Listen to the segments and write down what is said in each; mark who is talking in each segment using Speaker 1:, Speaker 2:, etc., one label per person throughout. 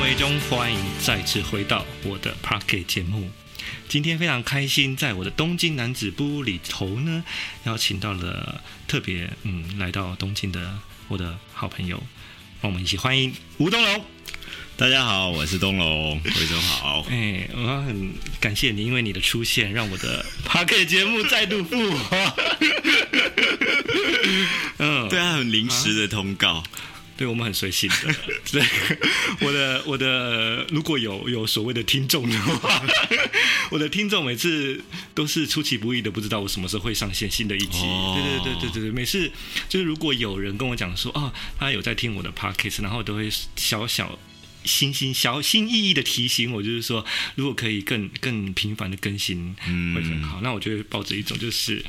Speaker 1: 维中，欢迎再次回到我的 Pocket 节目。今天非常开心，在我的东京男子部里头呢，邀请到了特别嗯来到东京的我的好朋友，让我们一起欢迎吴东龙。
Speaker 2: 大家好，我是东龙，回中 好。
Speaker 1: 哎、我要很感谢你，因为你的出现，让我的 Pocket 节目再度复活。嗯，
Speaker 2: 对啊，很临时的通告，
Speaker 1: 对我们很随性的。对，我的我的，如果有有所谓的听众的话， 我的听众每次都是出其不意的，不知道我什么时候会上线新的一集。
Speaker 2: 哦
Speaker 1: 对对对对对对，每次就是如果有人跟我讲说啊，他有在听我的 podcast，然后都会小小。心心小心翼翼的提醒我，就是说，如果可以更更频繁的更新，
Speaker 2: 嗯
Speaker 1: 会很好。那我就会抱着一种就是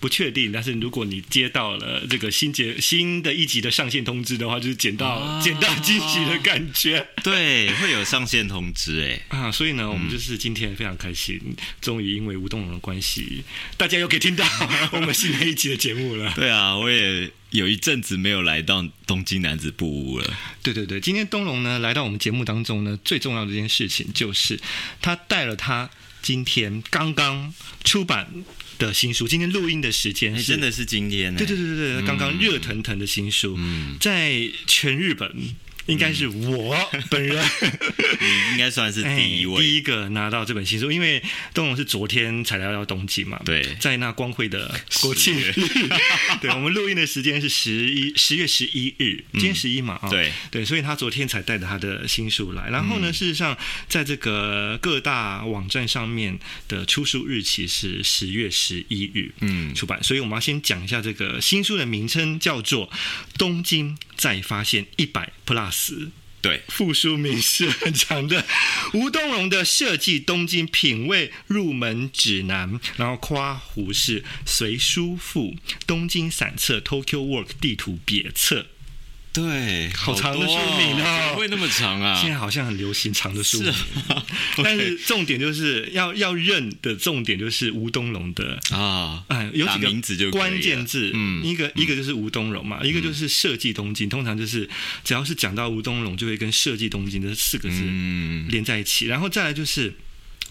Speaker 1: 不确定，但是如果你接到了这个新节新的一集的上线通知的话，就是捡到、
Speaker 2: 啊
Speaker 1: 捡到惊喜的感觉
Speaker 2: 对，会有上线通知哎、
Speaker 1: 啊！所以呢，我们就是今天非常开心，终于因为吴东龙的关系，大家又可以 听到我们新的一集的节目了。
Speaker 2: 对啊，我也有一阵子没有来到东京男子布屋了。
Speaker 1: 对对对，今天东龙呢来到我们节目当中呢，最重要的一件事情就是他带了他今天刚刚出版的新书，今天录音的时间
Speaker 2: 哎、
Speaker 1: 是
Speaker 2: 真的是今天、欸，
Speaker 1: 对对对对对，刚刚热腾腾的新书，
Speaker 2: 嗯
Speaker 1: 在全日本应该是我本 人、
Speaker 2: 你应该算嗯是第一
Speaker 1: 哎第
Speaker 2: 位。
Speaker 1: 一个拿到这本新书，因为东龙是昨天才来到东京嘛，
Speaker 2: 对
Speaker 1: 在那光辉的国庆日， 对，我们录音的时间是十一十月十一日，今天十一嘛，啊、
Speaker 2: 嗯对嗯
Speaker 1: 对，所以他昨天才带着他的新书来，然后呢，事实上在这个各大网站上面的出书日期是十月十一日，
Speaker 2: 嗯
Speaker 1: 出版，所以我们要先讲一下这个新书的名称叫做《东京再发现一百 Plus》。
Speaker 2: 对，
Speaker 1: 副书名是很长的，吴东龙的设计东京品味入门指南，然后夸胡是随书附东京散策 Tokyo Work 地图别册，
Speaker 2: 对，
Speaker 1: 好长的
Speaker 2: 多
Speaker 1: 书名哦
Speaker 2: 怎么会那么长
Speaker 1: 现
Speaker 2: 啊？
Speaker 1: 在好像很流行长的书
Speaker 2: 是
Speaker 1: 名
Speaker 2: 啊，
Speaker 1: 但是重点就是要要认的重点就是吴东龙的
Speaker 2: 啊，
Speaker 1: 哎，有
Speaker 2: 打
Speaker 1: 几个
Speaker 2: 名字就可以了
Speaker 1: 关键字，
Speaker 2: 嗯
Speaker 1: 一个一个就是吴东龙嘛，一个就是设计东京，通常就是只要是讲到吴东龙，就会跟设计东京这四个字
Speaker 2: 嗯，
Speaker 1: 连在一起，然后再来就是。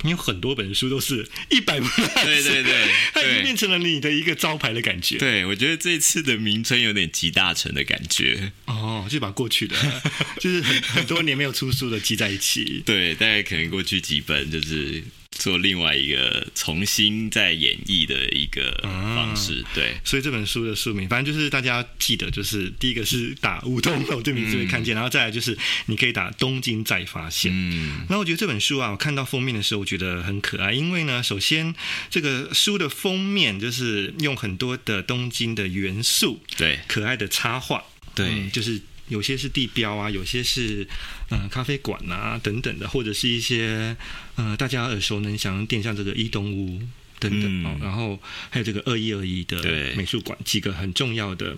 Speaker 1: 你有很多本书都是 一百部，
Speaker 2: 对对对
Speaker 1: 它已经
Speaker 2: 对
Speaker 1: 变成了你的一个招牌的感觉。
Speaker 2: 对，我觉得这次的名称有点集大成的感觉。
Speaker 1: 哦，就把过去的， 就是很很多年没有出书的集在一起。
Speaker 2: 对，大概可能过去几本就是做另外一个重新再演绎的一个
Speaker 1: 啊
Speaker 2: 方式，对。
Speaker 1: 所以这本书的书名，反正就是大家要记得，就是第一个是打吴东龙这名字会看见，然后再来就是你可以打东京再发现。
Speaker 2: 嗯，
Speaker 1: 那我觉得这本书啊，我看到封面的时候，我觉得很可爱，因为呢，首先这个书的封面就是用很多的东京的元素，
Speaker 2: 对
Speaker 1: 可爱的插画，
Speaker 2: 对
Speaker 1: 嗯就是有些是地标啊，有些是嗯、呃咖啡馆啊等等的，或者是一些呃大家耳熟能详的店，像这个伊东屋等等、
Speaker 2: 嗯
Speaker 1: 哦，然后还有这个二一二一的
Speaker 2: 对
Speaker 1: 美术馆，几个很重要的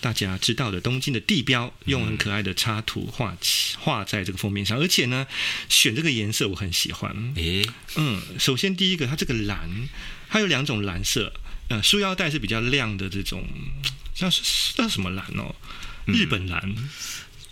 Speaker 1: 大家知道的东京的地标，用很可爱的插图画起画在这个封面上，而且呢，选这个颜色我很喜欢，
Speaker 2: 诶，
Speaker 1: 嗯，首先第一个，它这个蓝，它有两种蓝色，呃，束腰带是比较亮的这种，像是叫什么蓝哦，
Speaker 2: 嗯
Speaker 1: 日本蓝，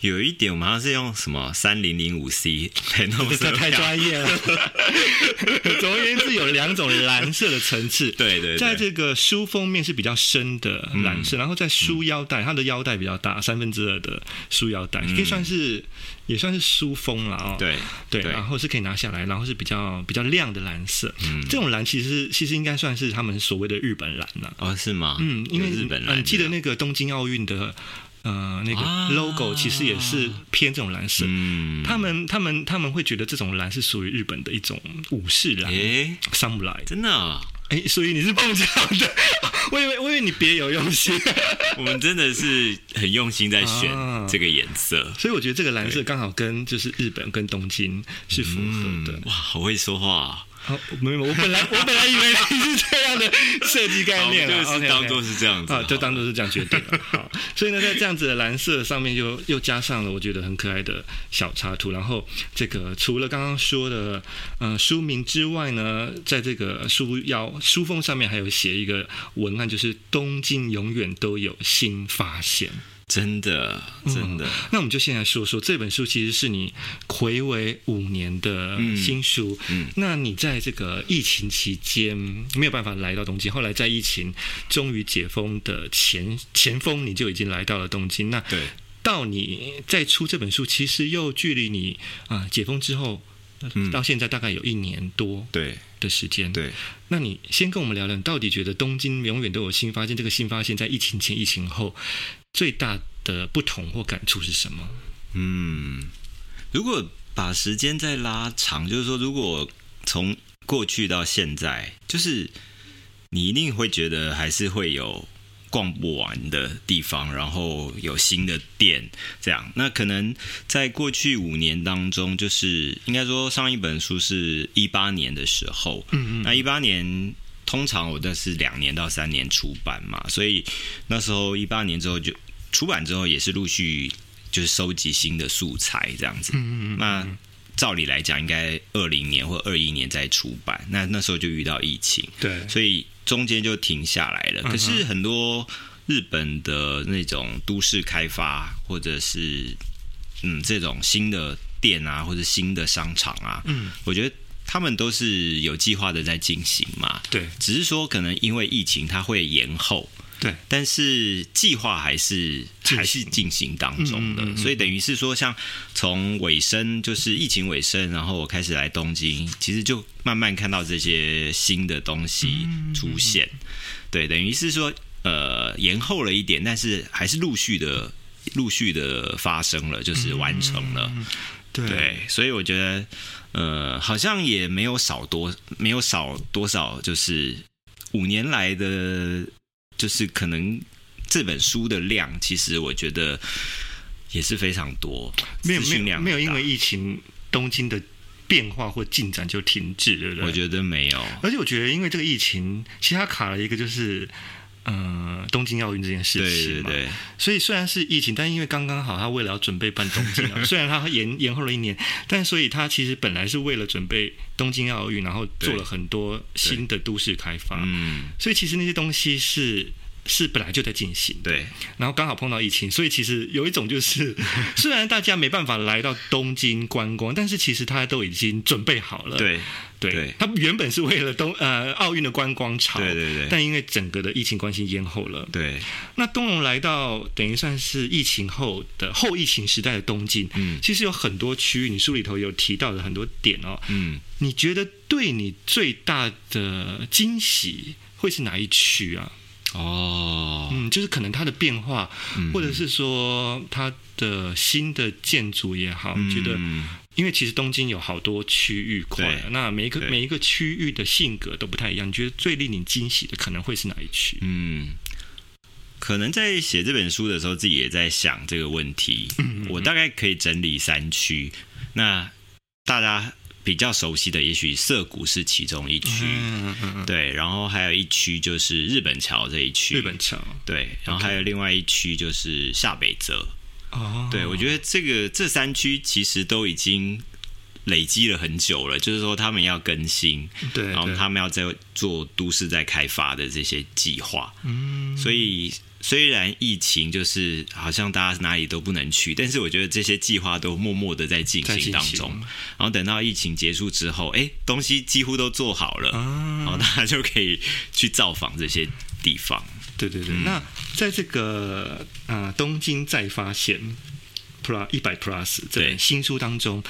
Speaker 2: 有一点我们好像是用什么三零零五 C 来弄
Speaker 1: 这
Speaker 2: 色
Speaker 1: 太
Speaker 2: 票，
Speaker 1: 专业了。 总而言之，有两种蓝色的层次。
Speaker 2: 对对对嗯
Speaker 1: 在这个书封面是比较深的蓝色，然后在书腰带，它的腰带比较大，三分之二的书腰带，
Speaker 2: 嗯
Speaker 1: 可以算是也算是书封了哦。
Speaker 2: 对
Speaker 1: 对，
Speaker 2: 对
Speaker 1: 然后是可以拿下来，然后是比较比较亮的蓝色。
Speaker 2: 嗯
Speaker 1: 这种蓝其实其实应该算是他们所谓的日本蓝啦、
Speaker 2: 哦是吗？
Speaker 1: 嗯，因为
Speaker 2: 有日本
Speaker 1: 呃
Speaker 2: 来
Speaker 1: 你
Speaker 2: 的，
Speaker 1: 记得那个东京奥运的呃那
Speaker 2: 啊
Speaker 1: 个 logo 其实也是偏这种蓝色。
Speaker 2: 嗯，
Speaker 1: 他们他们他们会觉得这种蓝是属于日本的一种武士蓝。
Speaker 2: 诶，
Speaker 1: samurai，
Speaker 2: 真的啊、
Speaker 1: 哎、所以你是碰巧的， 我以为我以为你别有用心，
Speaker 2: 我们真的是很用心在选
Speaker 1: 啊
Speaker 2: 这个颜色，
Speaker 1: 所以我觉得这个蓝色刚好跟就是日本跟东京是符合的。
Speaker 2: 嗯哇，好会说话、啊，
Speaker 1: 好，没有，没有我本来我本来以为你是这样的设计概
Speaker 2: 好我
Speaker 1: 念
Speaker 2: 们
Speaker 1: 了，
Speaker 2: 就是
Speaker 1: OK，OK
Speaker 2: 当做是这样子哦
Speaker 1: 啊，就
Speaker 2: 好了
Speaker 1: 当做是这样决定了。好，所以呢，在这样子的蓝色上面又又加上了我觉得很可爱的小插图，然后这个除了刚刚说的呃书名之外呢，在这个书腰书封上面还有写一个文案，就是东京永远都有新发现。
Speaker 2: 真的，
Speaker 1: 嗯
Speaker 2: 真的，
Speaker 1: 那我们就先来说说这本书，其实是你魁违五年的新书。
Speaker 2: 嗯嗯
Speaker 1: 那你在这个疫情期间没有办法来到东京，后来在疫情终于解封的前前锋，你就已经来到了东京。那
Speaker 2: 对，
Speaker 1: 到你再出这本书，其实又距离你啊、呃解封之后。呃
Speaker 2: 嗯
Speaker 1: 到现在大概有一年多
Speaker 2: 对，
Speaker 1: 的时间。，
Speaker 2: 对，
Speaker 1: 那你先跟我们聊聊，你到底觉得东京永远都有新发现？这个新发现在疫情前、疫情后最大的不同或感触是什么？
Speaker 2: 嗯，如果把时间再拉长，就是说，如果从过去到现在，就是你一定会觉得还是会有逛不完的地方，然后有新的店，这样。那可能在过去五年当中，就是应该说上一本书是一八年的时候，
Speaker 1: 嗯
Speaker 2: 那一八年通常我那是两年到三年出版嘛，所以那时候一八年之后就出版之后也是陆续就是收集新的素材这样子。
Speaker 1: 嗯嗯
Speaker 2: 那照理来讲，应该二零年或二一年再出版，那那时候就遇到疫情，
Speaker 1: 对，
Speaker 2: 所以中间就停下来了。
Speaker 1: 嗯哼
Speaker 2: 可是很多日本的那种都市开发，或者是嗯这种新的店啊，或者新的商场啊，
Speaker 1: 嗯，
Speaker 2: 我觉得他们都是有计划的在进行嘛，
Speaker 1: 对
Speaker 2: 只是说可能因为疫情它会延后，
Speaker 1: 对，
Speaker 2: 但是计划还是
Speaker 1: 进行
Speaker 2: 还是进行当中的，
Speaker 1: 嗯嗯嗯嗯
Speaker 2: 所以等于是说，像从尾声就是疫情尾声，然后我开始来东京，其实就慢慢看到这些新的东西出现，
Speaker 1: 嗯
Speaker 2: 对，等于是说呃延后了一点，但是还是陆续的陆续的发生了，
Speaker 1: 嗯
Speaker 2: 就是完成了。
Speaker 1: 对
Speaker 2: 对，所以我觉得，呃，好像也没有少多，没有少多少，就是五年来的，就是可能这本书的量，其实我觉得也是非常多，
Speaker 1: 没有
Speaker 2: 资
Speaker 1: 没
Speaker 2: 讯
Speaker 1: 有
Speaker 2: 量
Speaker 1: 没有
Speaker 2: 很
Speaker 1: 因
Speaker 2: 大
Speaker 1: 为疫情东京的变化或进展就停滞，对不对？
Speaker 2: 我觉得没有，
Speaker 1: 而且我觉得因为这个疫情，其实它卡了一个就是。呃，东京奥运这件事
Speaker 2: 对
Speaker 1: 情
Speaker 2: 对
Speaker 1: 嘛，
Speaker 2: 对，
Speaker 1: 所以虽然是疫情，但因为刚刚好，他为了要准备办东京 奥运，虽然他延延后了一年，但所以他其实本来是为了准备东京奥运，然后做了很多新的都市开发，
Speaker 2: 嗯，
Speaker 1: 所以其实那些东西是是本来就在进行的。
Speaker 2: 对
Speaker 1: 然后刚好碰到疫情，所以其实有一种 就是，虽然大家没办法来到东京观光，但是其实他都已经准备嗯好了。
Speaker 2: 对
Speaker 1: 对
Speaker 2: 对，
Speaker 1: 他原本是为了东呃奥运的观光潮，
Speaker 2: 对对对
Speaker 1: 但因为整个的疫情关系延后了。
Speaker 2: 对，
Speaker 1: 那东龙来到等于算是疫情后的后疫情时代的东京，
Speaker 2: 嗯
Speaker 1: 其实有很多区域，你书里头有提到的很多点哦。
Speaker 2: 嗯。
Speaker 1: 你觉得对你最大的惊喜会是哪一区啊？
Speaker 2: 哦，
Speaker 1: 嗯，就是可能它的变化，
Speaker 2: 嗯
Speaker 1: 或者是说它的新的建筑也好，
Speaker 2: 嗯
Speaker 1: 觉得因为其实东京有好多区域块啊，
Speaker 2: 对
Speaker 1: 那每一个
Speaker 2: 对
Speaker 1: 每一个区域的性格都不太一样。你觉得最令你惊喜的可能会是哪一区？
Speaker 2: 嗯，可能在写这本书的时候，自己也在想这个问题。
Speaker 1: 嗯
Speaker 2: 我大概可以整理三区，那大家比较熟悉的，也许涩谷是其中一区，
Speaker 1: 嗯嗯嗯，
Speaker 2: 对，然后还有一区就是日本桥这一区，
Speaker 1: 日本桥
Speaker 2: 对，然后还有另外一区就是下北泽。
Speaker 1: 哦，
Speaker 2: 对，我觉得这个这三区其实都已经累积了很久了，就是说他们要更新，
Speaker 1: 对，
Speaker 2: 然后
Speaker 1: 对
Speaker 2: 他们要在做都市在开发的这些计划。
Speaker 1: 嗯，
Speaker 2: 所以虽然疫情就是好像大家哪里都不能去，但是我觉得这些计划都默默的在进
Speaker 1: 在进行
Speaker 2: 行当中。然后等到疫情结束之后，哎，东西几乎都做好了，然后
Speaker 1: 啊，
Speaker 2: 大家就可以去造访这些地方。
Speaker 1: 对对
Speaker 2: 嗯
Speaker 1: 对。那在这个呃东京再发现 Plus 一百 Plus 这本
Speaker 2: 对
Speaker 1: 新书当中，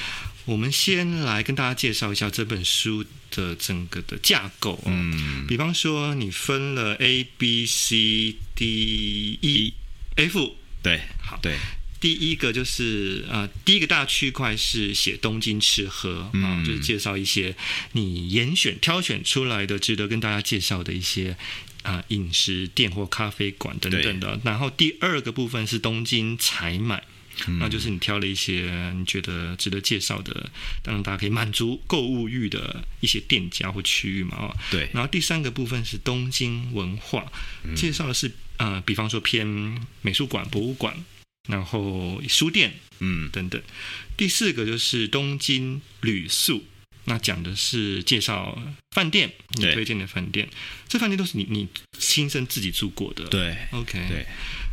Speaker 1: 我们先来跟大家介绍一下这本书的整个的架构、哦。
Speaker 2: 嗯，
Speaker 1: 比方说你分了 A B C D E F。
Speaker 2: 对，
Speaker 1: 好
Speaker 2: 对，
Speaker 1: 第一个就是呃，第一个大区块是写东京吃喝啊、
Speaker 2: 嗯
Speaker 1: 就是介绍一些你严选挑选出来的值得跟大家介绍的一些啊、呃饮食店或咖啡馆等等的。然后第二个部分是东京采买。
Speaker 2: 嗯
Speaker 1: 那就是你挑了一些你觉得值得介绍的，让大家可以满足购物欲的一些店家或区域嘛，哦，
Speaker 2: 对，
Speaker 1: 然后第三个部分是东京文化，
Speaker 2: 嗯
Speaker 1: 介绍的是呃，比方说偏美术馆、博物馆，然后书店
Speaker 2: 嗯，
Speaker 1: 等等。第四个就是东京旅宿，那讲的是介绍饭店，你
Speaker 2: 对
Speaker 1: 推荐的饭店，这饭店都是你你亲身自己住过的。
Speaker 2: 对，
Speaker 1: ，OK，
Speaker 2: 对，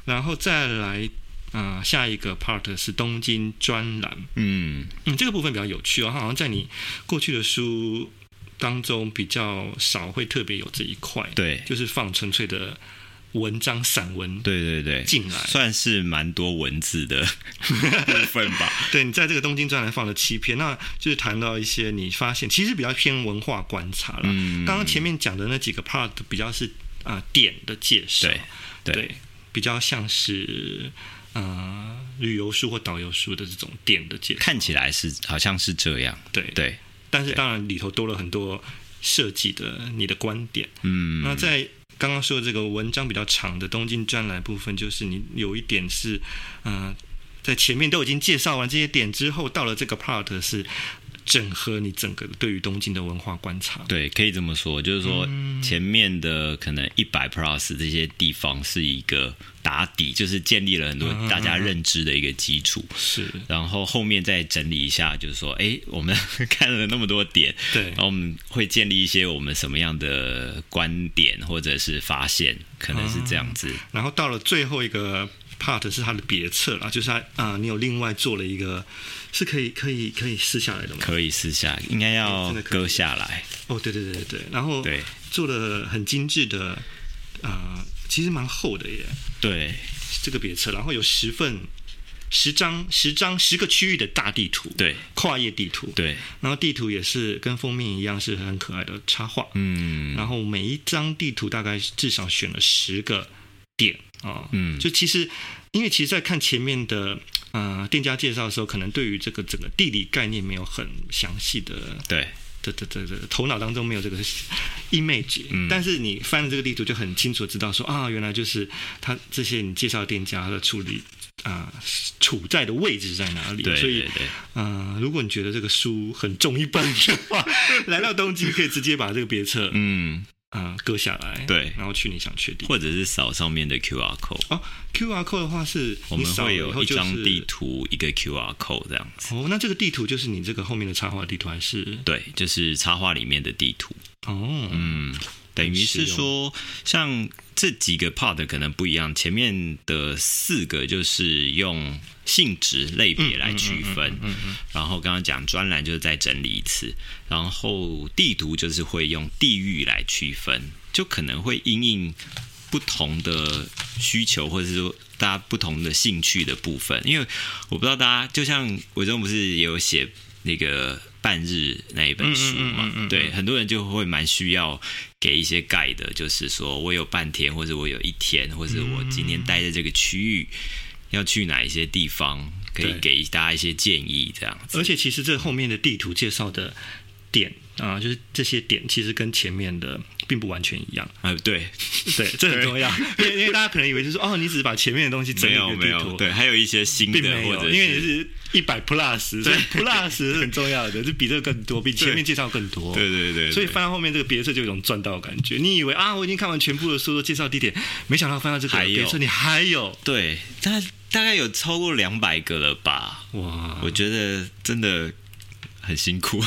Speaker 1: 然后再来啊，下一个 part 是东京专栏，
Speaker 2: 嗯
Speaker 1: 嗯，这个部分比较有趣哦，它好像在你过去的书当中比较少会特别有这一块，，
Speaker 2: 对
Speaker 1: 就是放纯粹的文章散文
Speaker 2: 对对对，
Speaker 1: 进来。
Speaker 2: 算是蛮多文字的 部分吧。
Speaker 1: 对你在这个东京专栏放了七篇，那就是谈到一些你发现其实比较偏文化观察啦。
Speaker 2: 嗯
Speaker 1: 刚刚前面讲的那几个 part 比较是啊、呃点的介绍，
Speaker 2: 对对
Speaker 1: 比较像是呃旅游书或导游书的这种点的介绍，
Speaker 2: 看起来是好像是这样，
Speaker 1: 对。
Speaker 2: 对，
Speaker 1: 但是当然里头多了很多设计的你的观点。
Speaker 2: 嗯，
Speaker 1: 那在刚刚说的这个文章比较长的东京专栏部分，就是你有一点是，呃，在前面都已经介绍完这些点之后，到了这个 part 是整合你整个对于东京的文化观察。
Speaker 2: 对，可以这么说，就是说
Speaker 1: 嗯
Speaker 2: 前面的可能一百 plus 这些地方是一个打底，就是建立了很
Speaker 1: 嗯
Speaker 2: 多大家认知的一个基础。
Speaker 1: 是，
Speaker 2: 然后后面再整理一下，就是说，哎，我们 看了那么多点，
Speaker 1: 对
Speaker 2: 然，后我们会建立一些我们什么样的观点或者是发现，可能是这样子。
Speaker 1: 然后到了最后一个 part 是它的别册啦，就是它啊、你有另外做了一个，是可以可以可以撕下来的吗？
Speaker 2: 可以私下，应该要
Speaker 1: 真的可以
Speaker 2: 割下来。
Speaker 1: 哦，对对对对对，然后
Speaker 2: 对
Speaker 1: 做了很精致的，呃，其实蛮厚的耶，
Speaker 2: 对
Speaker 1: 这个别册，然后有十份、十张、十张十个区域的大地图，，
Speaker 2: 对
Speaker 1: 跨页地图，，
Speaker 2: 对，
Speaker 1: 然后地图也是跟封面一样，是很可爱的插画，
Speaker 2: 嗯
Speaker 1: 然后每一张地图大概至少选了十个点啊，
Speaker 2: 嗯
Speaker 1: 就其实因为其实，在看前面的呃店家介绍的时候，可能对于这个整个地理概念没有很详细的
Speaker 2: 对
Speaker 1: 这这这这头脑当中没有这个 image，、
Speaker 2: 嗯
Speaker 1: 但是你翻了这个地图就很清楚地知道说啊，原来就是它这些你介绍的店家的处理啊、处在的位置在哪里，
Speaker 2: 对
Speaker 1: 所
Speaker 2: 对
Speaker 1: 以
Speaker 2: 对，
Speaker 1: 啊、如果你觉得这个书很重一本的话，来到东京可以直接把这个别册
Speaker 2: 嗯，
Speaker 1: 啊、割下来，
Speaker 2: 对
Speaker 1: 然后去你想去的地方。
Speaker 2: 或者是扫上面的 QR code，
Speaker 1: 哦，Q R code 的话是
Speaker 2: 我
Speaker 1: 你
Speaker 2: 们
Speaker 1: 扫了
Speaker 2: 会
Speaker 1: 以
Speaker 2: 有
Speaker 1: 后
Speaker 2: 一
Speaker 1: 就是
Speaker 2: 张地图，一个 QR code 这样子。
Speaker 1: 哦，那这个地图就是你这个后面的插画地图还是
Speaker 2: 对，就是插画里面的地图。
Speaker 1: 哦，
Speaker 2: 嗯，等于是说，像这几个 part 可能不一样，前面的四个就是用性质类别来区分，
Speaker 1: 嗯
Speaker 2: 然后刚刚讲专栏就是再整理一次，然后地图就是会用地域来区分，就可能会因应不同的需求，或者是说大家不同的兴趣的部分，因为我不知道大家，就像伟忠不是也有写那个半日那一本书嘛，
Speaker 1: 嗯嗯嗯嗯嗯
Speaker 2: 对，很多人就会蛮需要给一些盖的，就是说我有半天，或者我有一天，或者我今天待在这个区域、要去哪一些地方，可以
Speaker 1: 对
Speaker 2: 给大家一些建议，这样子。
Speaker 1: 而且其实这后面的地图介绍的点啊、就是这些点其实跟前面的并不完全一样，
Speaker 2: 啊、对，
Speaker 1: 对，这很重要，因为因为大家可能以为就是哦，你只是把前面的东西整
Speaker 2: 没
Speaker 1: 理
Speaker 2: 有
Speaker 1: 一个
Speaker 2: 没
Speaker 1: 地
Speaker 2: 有，
Speaker 1: 图，
Speaker 2: 对，还有一些新的
Speaker 1: 并没
Speaker 2: 或者
Speaker 1: 有，因为你是一百 plus，所以 plus 是很重要的，就比这个更多，比前面介绍更多，
Speaker 2: 对对对对，
Speaker 1: 所以翻到后面这个别册就有一种赚到的感觉，你以为啊我已经看完全部的书都介绍地点，没想到翻到这个
Speaker 2: 还有
Speaker 1: 别册你还有
Speaker 2: 对，大大概有超过两百个了吧？
Speaker 1: 哇，
Speaker 2: 我觉得真的很辛 苦，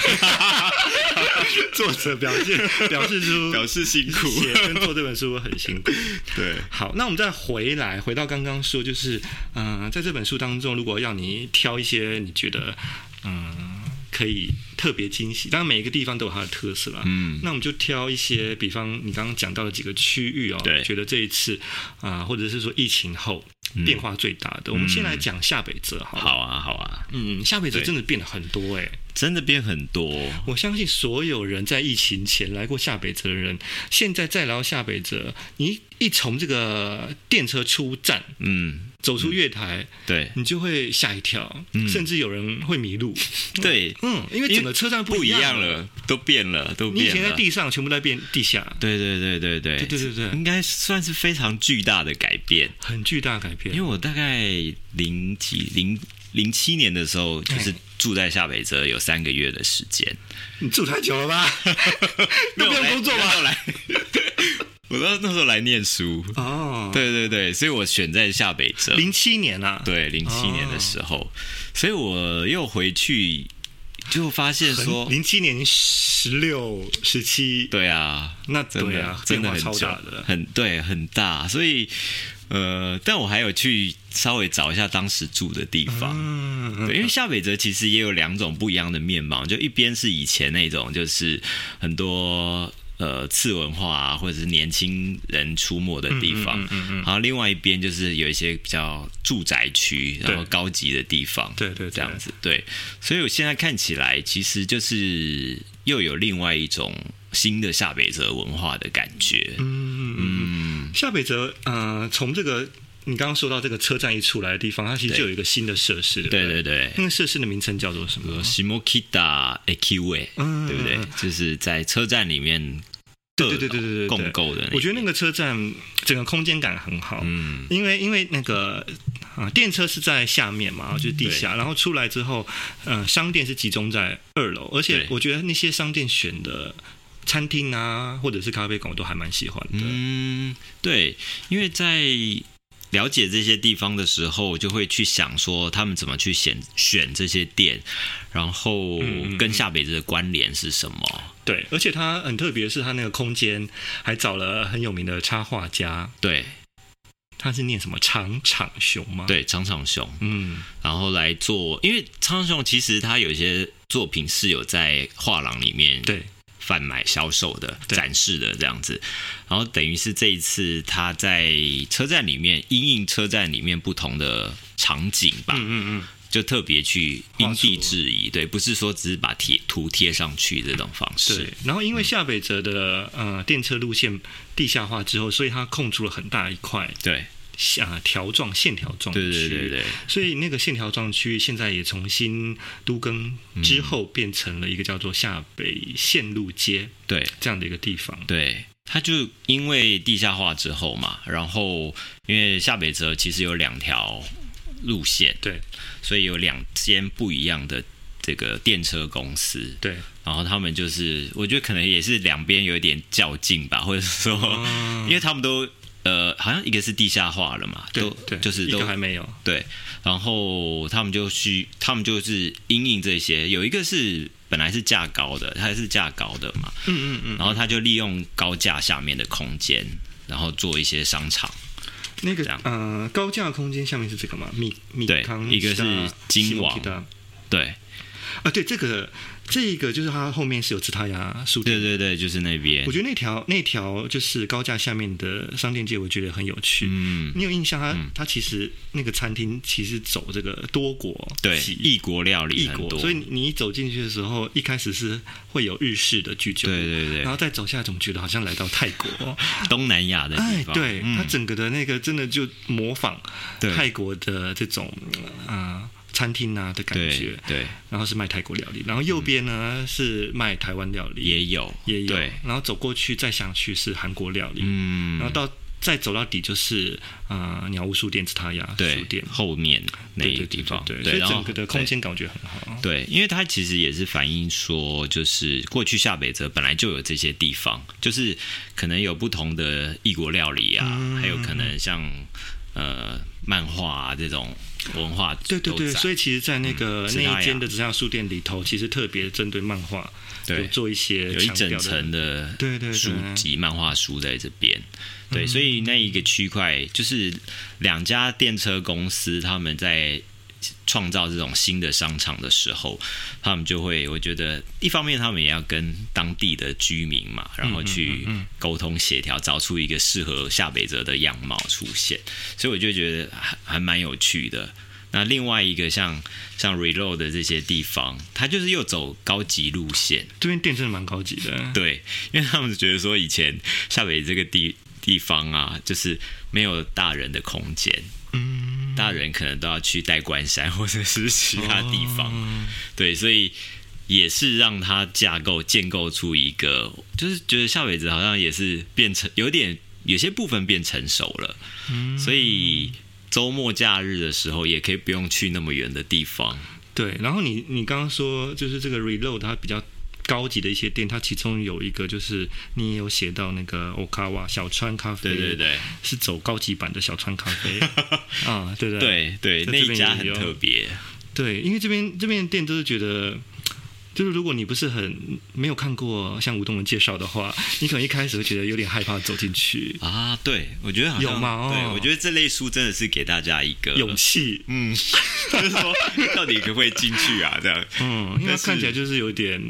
Speaker 1: 作者表现表示出
Speaker 2: 表示辛苦。
Speaker 1: 写跟做这本书很辛 苦。
Speaker 2: 对，
Speaker 1: 好，那我们再回来，回到刚刚说，就是，嗯、在这本书当中，如果要你挑一些你觉得，嗯、可以特别惊喜，当然每一个地方都有它的特色啦。
Speaker 2: 嗯
Speaker 1: 那我们就挑一些，比方你刚刚讲到的几个区域哦，
Speaker 2: 对
Speaker 1: 觉得这一次啊、或者是说疫情后变化最大的，我们先来讲下北泽好了。
Speaker 2: 嗯好啊，好啊，
Speaker 1: 嗯，下北泽
Speaker 2: 对
Speaker 1: 真的变了很多哎、
Speaker 2: 真的变很多。
Speaker 1: 我相信所有人在疫情前来过下北泽的人，现在再来到下北泽，你一从这个电车出站
Speaker 2: 嗯，
Speaker 1: 走出月台，
Speaker 2: 对
Speaker 1: 你就会吓一跳，
Speaker 2: 嗯
Speaker 1: 甚至有人会迷路。
Speaker 2: 对，
Speaker 1: 嗯，因为整个车站
Speaker 2: 不
Speaker 1: 一
Speaker 2: 一样
Speaker 1: 了。
Speaker 2: 了，都变了，都
Speaker 1: 你以
Speaker 2: 变
Speaker 1: 前在
Speaker 2: 了。
Speaker 1: 地上，全部在变地下，
Speaker 2: 对对对对对
Speaker 1: 对对对对
Speaker 2: 应该算是非常巨大的改变。
Speaker 1: 很巨大改
Speaker 2: 因为
Speaker 1: 变。
Speaker 2: 我大概零几零零七年的时候，就是
Speaker 1: 哎
Speaker 2: 住在下北泽有三个月的时间。
Speaker 1: 你住太久了 吧？都不用工作吧？
Speaker 2: 来， 我到那时候来念书。
Speaker 1: 哦，，
Speaker 2: 对对对，所以我选在下北泽。
Speaker 1: 零七年啊，，
Speaker 2: 对，零七年的时候，所以我又回去，就发现说，
Speaker 1: 哦零七年十六、十七，
Speaker 2: 对啊，
Speaker 1: 那
Speaker 2: 真
Speaker 1: 对
Speaker 2: 的、
Speaker 1: 啊，
Speaker 2: 真
Speaker 1: 变
Speaker 2: 的
Speaker 1: 化
Speaker 2: 很
Speaker 1: 超
Speaker 2: 久
Speaker 1: 大的。
Speaker 2: 很对，很大。所以呃，但我还有去稍微找一下当时住的地方，
Speaker 1: 嗯，
Speaker 2: 对，因为下北泽其实也有两种不一样的面貌，就一边是以前那种，就是很多呃次文化啊，或者是年轻人出没的地方，
Speaker 1: 嗯嗯嗯嗯嗯
Speaker 2: 然后另外一边就是有一些比较住宅区，然后
Speaker 1: 对
Speaker 2: 高级的地方，
Speaker 1: 对对对
Speaker 2: 这样子，对，所以我现在看起来其实就是又有另外一种新的下北泽文化的感觉，
Speaker 1: 嗯嗯嗯，夏北泽，呃，从这个你刚刚说到这个车站一出来的地方，它其实
Speaker 2: 对
Speaker 1: 就有一个新的设施，对不
Speaker 2: 对
Speaker 1: 对
Speaker 2: 对对。
Speaker 1: 那个设施的名称叫做什么？
Speaker 2: 西莫基达 AQ 位，
Speaker 1: 嗯
Speaker 2: 对不对
Speaker 1: 嗯嗯？
Speaker 2: 就是在车站里面各
Speaker 1: 对对对对对对，
Speaker 2: 共购的那个，
Speaker 1: 我觉得那个车站整个空间感很好，
Speaker 2: 嗯，
Speaker 1: 因为因为那个啊、电车是在下面嘛，
Speaker 2: 嗯
Speaker 1: 就是地下，然后出来之后，呃，商店是集中在二楼，而且
Speaker 2: 对
Speaker 1: 我觉得那些商店选的餐厅啊，或者是咖啡馆，我都还蛮喜欢的。
Speaker 2: 嗯，对，因为在了解这些地方的时候，我就会去想说他们怎么去选选这些店，然后
Speaker 1: 嗯嗯嗯
Speaker 2: 跟下北子的关联是什么？
Speaker 1: 对，而且它很特别，是它那个空间还找了很有名的插画家，
Speaker 2: 对
Speaker 1: 他是念什么长场雄吗？，
Speaker 2: 对，长场熊，
Speaker 1: 嗯，
Speaker 2: 然后来做，因为长场熊其实他有一些作品是有在画廊里面
Speaker 1: 对，
Speaker 2: 贩卖、销售的、
Speaker 1: 对
Speaker 2: 展示的这样子。然后等于是这一次他在车站里面，因应车站里面不同的场景吧，
Speaker 1: 嗯嗯
Speaker 2: 就特别去
Speaker 1: 画出
Speaker 2: 因地制宜，对，不是说只是把贴图贴上去这种方
Speaker 1: 嗯，
Speaker 2: 式
Speaker 1: 对。。然后因为下北泽的呃电车路线地下化之后，所以它空出了很大一块
Speaker 2: 对
Speaker 1: 啊条状线条状区。
Speaker 2: 对对对对
Speaker 1: 所以那个线条状区现在也重新都更之后，变成了一个叫做下北线路街
Speaker 2: 对
Speaker 1: 这样的一个地方。
Speaker 2: 对，它就因为地下化之后嘛，然后因为下北泽其实有两条路线，
Speaker 1: 对
Speaker 2: 所以有两间不一样的这个电车公司，
Speaker 1: 对，
Speaker 2: 然后他们就是，我觉得可能也是两边有一点较劲吧，或者是说，
Speaker 1: 嗯
Speaker 2: 因为他们都呃，好像一个是地下化了嘛，
Speaker 1: 对
Speaker 2: 都
Speaker 1: 对，
Speaker 2: 就是
Speaker 1: 一
Speaker 2: 都
Speaker 1: 个还没有。
Speaker 2: 对，然后他们就去，他们就是因应这些，有一个是本来是价高的，它是价高的嘛，
Speaker 1: 嗯嗯嗯，
Speaker 2: 然后他就利用高价下面的空间，然后做一些商场，
Speaker 1: 那个
Speaker 2: 这样
Speaker 1: 呃高架空间下面是这个吗？米米
Speaker 2: 对
Speaker 1: 康
Speaker 2: 一个是金网
Speaker 1: 西蒙提达
Speaker 2: 对
Speaker 1: 啊，对，这个这个就是它后面是有吉他牙书店
Speaker 2: 对。对对，就是那边
Speaker 1: 我，觉得那条那条就是高架下面的商店街，我觉得很有趣。
Speaker 2: 嗯，
Speaker 1: 你有印象它？它、其实那个餐厅其实走这个多国
Speaker 2: 对，
Speaker 1: 籍
Speaker 2: 异国料理
Speaker 1: 异
Speaker 2: 很
Speaker 1: 国，
Speaker 2: 多，
Speaker 1: 所以你你一走进去的时候，一开始是会有日式的居酒屋，
Speaker 2: 对对对
Speaker 1: 然后再走下来，总觉得好像来到泰 国。
Speaker 2: 东南亚的地
Speaker 1: 哎，
Speaker 2: 方，
Speaker 1: 对，它
Speaker 2: 嗯，
Speaker 1: 整个的那个真的就模仿
Speaker 2: 对
Speaker 1: 泰国的这种啊、呃餐厅啊的感
Speaker 2: 对
Speaker 1: 觉，
Speaker 2: 对
Speaker 1: 然后是卖泰国料理，然后右边呢、是卖台湾料理，
Speaker 2: 也有
Speaker 1: 也有
Speaker 2: 对，，
Speaker 1: 然后走过去再想去是韩国料理，
Speaker 2: 嗯，
Speaker 1: 然后到再走到底就是啊、呃鸟屋书店、吉他雅
Speaker 2: 对
Speaker 1: 书店。
Speaker 2: 后面那
Speaker 1: 对
Speaker 2: 一
Speaker 1: 对
Speaker 2: 个
Speaker 1: 对
Speaker 2: 地方，
Speaker 1: 对，
Speaker 2: 对，
Speaker 1: 所以
Speaker 2: 然后
Speaker 1: 整个的空间感我觉得很好。
Speaker 2: 对，因为它其实也是反映说，就是过去下北泽本来就有这些地方，就是可能有不同的异国料理啊，
Speaker 1: 嗯
Speaker 2: 还有可能像呃漫画啊这种文化
Speaker 1: 对对对，所
Speaker 2: 以
Speaker 1: 以其实，在那个
Speaker 2: 嗯
Speaker 1: 那一间
Speaker 2: 紫大
Speaker 1: 的纸上书店里头，其实特别针对漫画有
Speaker 2: 对
Speaker 1: 做一些
Speaker 2: 有一
Speaker 1: 强调的
Speaker 2: 整层的
Speaker 1: 对嗯对对
Speaker 2: 书籍、漫画书在这边。对，所以那一个区块就是两家电车公司他们在创造这种新的商场的时候，他们就会，我觉得一方面他们也要跟当地的居民嘛，然后
Speaker 1: 嗯
Speaker 2: 去沟通协调，找出一个适合下北泽的样貌出现，所以我就觉得还还蛮有趣的。那另外一个像像 Reload 的这些地方，它就是又走高级路线，
Speaker 1: 这边店真的蛮高级的。
Speaker 2: 对，因为他们觉得说以前下北这个地地方啊，就是没有大人的空间，嗯，大人可能都要去代官山或者是其他地方，
Speaker 1: 哦
Speaker 2: 对，所以也是让它架构建构出一个，就是觉得下北子好像也是变成有点有些部分变成熟了，
Speaker 1: 嗯
Speaker 2: 所以。周末假日的时候，也可以不用去那么远的地方。
Speaker 1: 对，然后你你刚刚说就是这个 Reload 它比较高级的一些店，它其中有一个就是你也有写到那个 Okawa 小川咖啡，
Speaker 2: 对对，对
Speaker 1: 是走高级版的小川咖 啡啊，对不对
Speaker 2: 对对，
Speaker 1: 在
Speaker 2: 那
Speaker 1: 这
Speaker 2: 一
Speaker 1: 边
Speaker 2: 家
Speaker 1: 也
Speaker 2: 很
Speaker 1: 有
Speaker 2: 特别。
Speaker 1: 对，因为这边这边的店都是觉得。就是如果你不是很没有看过像吴东的介绍的话，你可能一开始会觉得有点害怕走进去，
Speaker 2: 啊，对，我觉得好像
Speaker 1: 有吗哦
Speaker 2: 对，我觉得这类书真的是给大家一个
Speaker 1: 勇，气，
Speaker 2: 嗯， 就是说到底可不可以进去啊？这样，
Speaker 1: 嗯，因为它
Speaker 2: 但是
Speaker 1: 看起来就是有点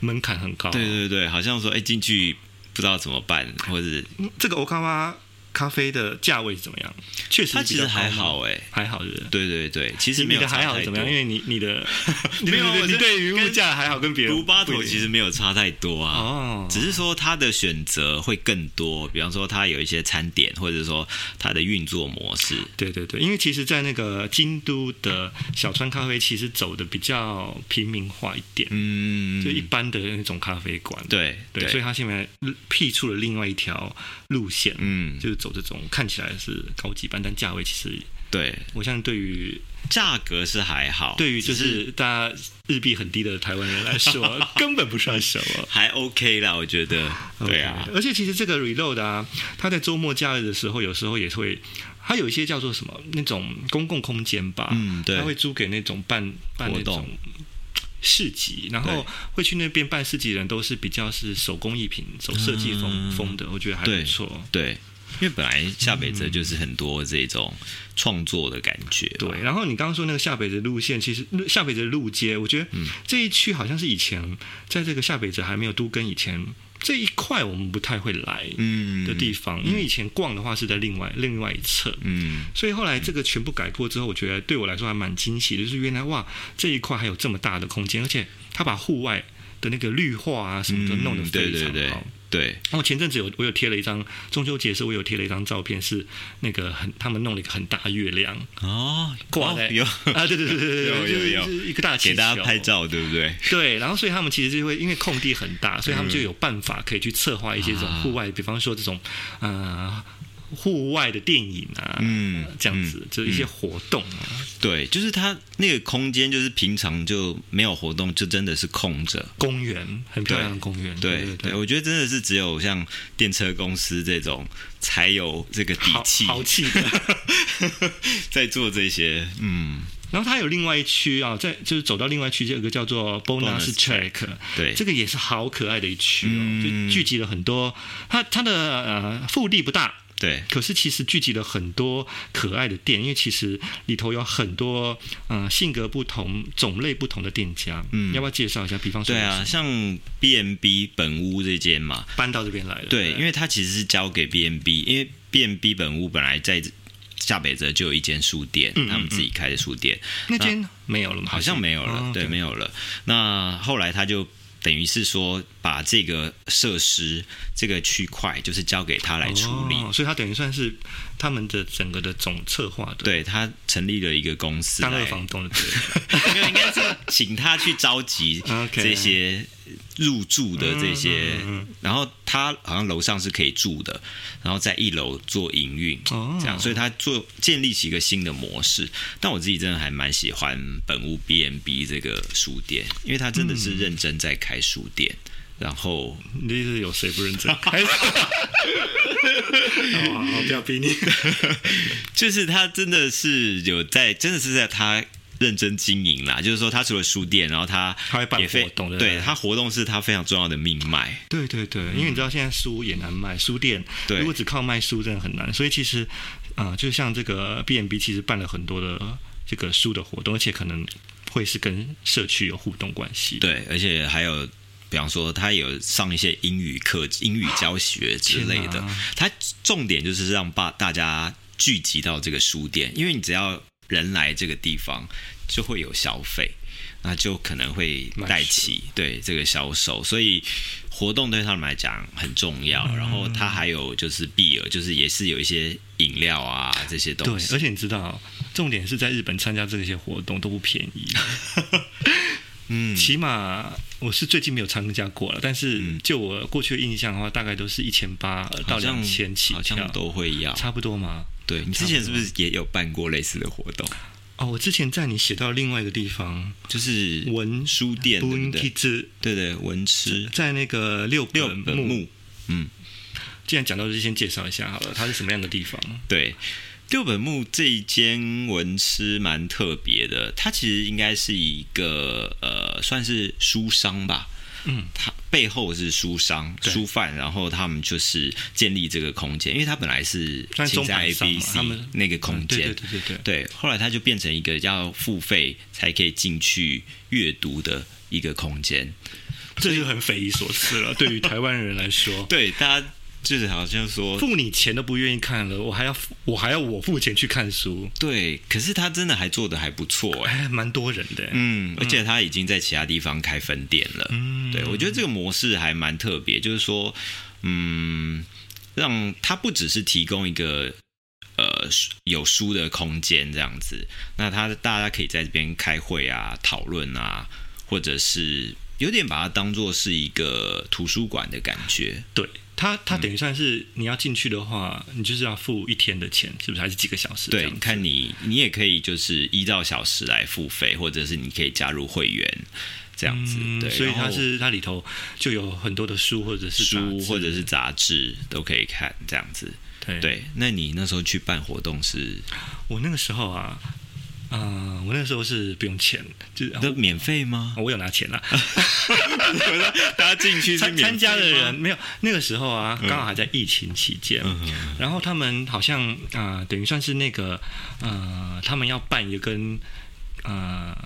Speaker 1: 门槛很高。
Speaker 2: 对对对，好像说哎进去不知道怎么办，或者
Speaker 1: 嗯，这个欧卡哇咖啡的价位怎么样？确实
Speaker 2: 它
Speaker 1: 比
Speaker 2: 其
Speaker 1: 较
Speaker 2: 实
Speaker 1: 高吗
Speaker 2: 还好，哎、
Speaker 1: 还好的。
Speaker 2: 对对对，其实
Speaker 1: 你
Speaker 2: 没有
Speaker 1: 的
Speaker 2: 差
Speaker 1: 还好
Speaker 2: 太
Speaker 1: 怎么样？因
Speaker 2: 多。
Speaker 1: 为你你 的
Speaker 2: 没有
Speaker 1: 你
Speaker 2: 我
Speaker 1: 你
Speaker 2: 是
Speaker 1: 对于
Speaker 2: 跟
Speaker 1: 物价还好，跟别人
Speaker 2: 卢巴
Speaker 1: 不
Speaker 2: 头
Speaker 1: 一定
Speaker 2: 其实没有差太多啊，
Speaker 1: 哦，
Speaker 2: 只是说它的选择会更多，比方说它有一些餐点，或者说它的运作模式，
Speaker 1: 对对对，因为其实，在那个京都的小川咖啡，其实走的比较平民化一点，
Speaker 2: 嗯，
Speaker 1: 就一般的那种咖啡馆。
Speaker 2: 对
Speaker 1: 对，所以他现在辟出了另外一条路线，
Speaker 2: 嗯，
Speaker 1: 就是走这种看起来是高级班，但价位其实，
Speaker 2: 对，
Speaker 1: 我相信对于
Speaker 2: 价格是还好，
Speaker 1: 对于就
Speaker 2: 只
Speaker 1: 是大家日币很低的台湾人来 说，根本不算什么。
Speaker 2: 还 OK 啦，我觉得，对啊
Speaker 1: OK，，而且其实这个 reload 啊，它在周末假日的时候，有时候也会，它有一些叫做什么那种公共空间吧，
Speaker 2: 嗯，对
Speaker 1: 他，会租给那种办办
Speaker 2: 活
Speaker 1: 那种
Speaker 2: 动
Speaker 1: 市集，然后
Speaker 2: 对
Speaker 1: 会去那边办市集的人都是比较是手工艺品、走设计风、
Speaker 2: 嗯
Speaker 1: 风的，我觉得还不
Speaker 2: 对
Speaker 1: 错。
Speaker 2: 对，因为本来夏北泽就是很多这种创作的感觉，
Speaker 1: 对，，然后你刚刚说那个下北泽路线，其实下北泽路街，我觉得
Speaker 2: 嗯
Speaker 1: 这一区好像是以前在这个下北泽还没有都跟以前这一块我们不太会来
Speaker 2: 嗯
Speaker 1: 的地，方，因为以前逛的话是在另外另外一侧，
Speaker 2: 嗯，
Speaker 1: 所以后来这个全部改过之后，我觉得对我来说还蛮惊喜的，就是原来哇这一块还有这么大的空间，而且他把户外的那个绿化啊什么的
Speaker 2: 嗯
Speaker 1: 弄得非常好。
Speaker 2: 对对对，
Speaker 1: 然后前阵子有我有贴了一张中秋节的时候，我有贴了一张照片，是那个很他们弄了一个很大月亮
Speaker 2: 哦，
Speaker 1: 挂
Speaker 2: 哦
Speaker 1: 在、
Speaker 2: 有
Speaker 1: 啊，对对对对对，
Speaker 2: 有有有
Speaker 1: 就是就是一个大气
Speaker 2: 给
Speaker 1: 球
Speaker 2: 大家拍。照，对不对？
Speaker 1: 对，然后所以他们其实就会因为空地很大，所以他们就有办法可以去策划一些这种户外，比方说这种呃户外的电影啊，
Speaker 2: 嗯
Speaker 1: 这样子，就一些活动啊，
Speaker 2: 对，就是它那个空间，就是平常就没有活动，就真的是空着。
Speaker 1: 公园，很漂亮的公园，
Speaker 2: 对
Speaker 1: 对
Speaker 2: 我觉得真的是只有像电车公司这种才有这个底
Speaker 1: 好
Speaker 2: 气
Speaker 1: 豪 气的。
Speaker 2: 在做这些，嗯，
Speaker 1: 然后它有另外一区啊，在就是走到另外一区，有一个叫做 Bonus
Speaker 2: Bonus
Speaker 1: Track，
Speaker 2: 对，
Speaker 1: 这个也是好可爱的一区哦，
Speaker 2: 嗯
Speaker 1: 就聚集了很多，它它的呃腹地不大。
Speaker 2: 对，
Speaker 1: 可是其实聚集了很多可爱的店，因为其实里头有很多呃性格不同、种类不同的店家。
Speaker 2: 嗯
Speaker 1: 要不要介绍一下？比方说，
Speaker 2: 对啊，，像 B N B 本屋这间嘛，
Speaker 1: 搬到这边来了。
Speaker 2: 对，因
Speaker 1: 为
Speaker 2: 为它其实是交给 B N B，因为 B N B 本屋本来在下北泽就有一间书店，
Speaker 1: 嗯嗯
Speaker 2: 他们自己开的书店，
Speaker 1: 那间没有了吗？
Speaker 2: 好像没有了，
Speaker 1: 哦
Speaker 2: 对，
Speaker 1: ，OK
Speaker 2: 没有了。那后来他就等于是说，把这个设施这个区块就是交给他来处理。
Speaker 1: 哦，所以它等于算是他们的整个的总策划的，，
Speaker 2: 对他成立了一个公司来，
Speaker 1: 当二房东的对。
Speaker 2: 没有，应该是请他去召集
Speaker 1: OK
Speaker 2: 这些入住的这些，
Speaker 1: 嗯嗯
Speaker 2: 然后他好像楼上是可以住的，然后在一楼做营运，
Speaker 1: 哦
Speaker 2: 这样，所以他做建立起一个新的模式。但我自己真的还蛮喜欢本屋 B N B 这个书店，因为他真的是认真在开书店。然后
Speaker 1: 你的意思是有谁不 认真？开始好好好不要逼你。
Speaker 2: 就是他真的是有在，真的是在他认真经营啦。就是说，他除了书店，然后他
Speaker 1: 他会办
Speaker 2: 也非
Speaker 1: 活动对不对
Speaker 2: 对他活动是他非常重要的命脉。
Speaker 1: 对对对，因为你知道现在书也难卖，书店
Speaker 2: 对
Speaker 1: 如果只靠卖书真的很难，所以其实啊、呃就像这个 B M B 其实办了很多的这个书的活动，而且可能会是跟社区有互动关系。，
Speaker 2: 对，而且还有，比方说他有上一些英语课、英语教学之类
Speaker 1: 天
Speaker 2: 的
Speaker 1: 哪。
Speaker 2: 他重点就是让把大家聚集到这个书店，因为你只要人来这个地方，就会有消费。那就可能会
Speaker 1: 买
Speaker 2: 带
Speaker 1: 书
Speaker 2: 起对这个销售，所以活动对他们来讲很重要。
Speaker 1: 嗯
Speaker 2: 然后它还有就是必尔，就是也是有一些饮料啊这些
Speaker 1: 对
Speaker 2: 东，西。
Speaker 1: 而且你知道，重点是在日本参加这些活动都不便宜。
Speaker 2: 嗯，
Speaker 1: 起码我是最近没有参加过了，但是就我过去的印象的话，大概都是一千八到
Speaker 2: 好像
Speaker 1: 两千起
Speaker 2: 好
Speaker 1: 跳
Speaker 2: 像，都会要。
Speaker 1: 差不多嘛。
Speaker 2: 对你之前是不是也有办过类似的活动？
Speaker 1: 哦，我之前在你写到另外一个地方，
Speaker 2: 就是
Speaker 1: 文
Speaker 2: 书店，对不
Speaker 1: n
Speaker 2: 对？
Speaker 1: kids
Speaker 2: 对对，文吃
Speaker 1: 在那个六
Speaker 2: 六
Speaker 1: 本
Speaker 2: 本
Speaker 1: 木。
Speaker 2: 木，嗯，
Speaker 1: 既然讲到这，先介绍一下好了，它是什么样的地方？
Speaker 2: 对。六本木这一间文吃蛮特别的，它其实应该是一个呃，算是书商吧。
Speaker 1: 嗯，
Speaker 2: 它背后是书商、
Speaker 1: 对
Speaker 2: 书贩，然后他们就是建立这个空间，因为它本来是
Speaker 1: 算是
Speaker 2: 青
Speaker 1: 中
Speaker 2: 山
Speaker 1: 盘
Speaker 2: A
Speaker 1: 商
Speaker 2: B
Speaker 1: 嘛
Speaker 2: C
Speaker 1: 他们嗯
Speaker 2: 那个空
Speaker 1: 对对，
Speaker 2: 间
Speaker 1: 对对对，
Speaker 2: 对，后来它就变成一个要付费才可以进去阅读的一个空间。
Speaker 1: 这就很匪夷所思 了。对于台湾人来说，
Speaker 2: 对，大家就是好像说，
Speaker 1: 付你钱都不愿意看了，我还要付我还要我付钱去看书，
Speaker 2: 对，可是他真的还做的还不错哎、
Speaker 1: 哎，蛮多人的。
Speaker 2: 嗯，而且他已经在其他地方开分店了。
Speaker 1: 嗯
Speaker 2: 对，我觉得这个模式还蛮特别，就是说，嗯，让它不只是提供一个呃书有书的空间这样子，那它大家可以在这边开会啊、讨论啊，或者是有点把它当做是一个图书馆的感觉。
Speaker 1: 对他，他等于算是你要进去的话，你就是要付一天的钱，是不是？还是几个小时这
Speaker 2: 对
Speaker 1: 样？，
Speaker 2: 看你，你也可以就是依照小时来付费，或者是你可以加入会员这样子。
Speaker 1: 嗯
Speaker 2: 对，
Speaker 1: 所以
Speaker 2: 然
Speaker 1: 它
Speaker 2: 后
Speaker 1: 是它里头就有很多的书或者是杂
Speaker 2: 书
Speaker 1: 志
Speaker 2: 或者是杂志都可以看这样子。
Speaker 1: 对。
Speaker 2: 对，那你那时候去办活动是
Speaker 1: 我那个时候啊，嗯、我那个时候是不用钱，就是
Speaker 2: 都免费吗？
Speaker 1: 我有拿钱啦。
Speaker 2: 大家进去
Speaker 1: 参参加的人，没有，那个时候啊，
Speaker 2: 嗯
Speaker 1: 刚好还在疫情期间，
Speaker 2: 嗯
Speaker 1: 然后他们好像啊、呃等于算是那个呃，他们要办一个跟呃，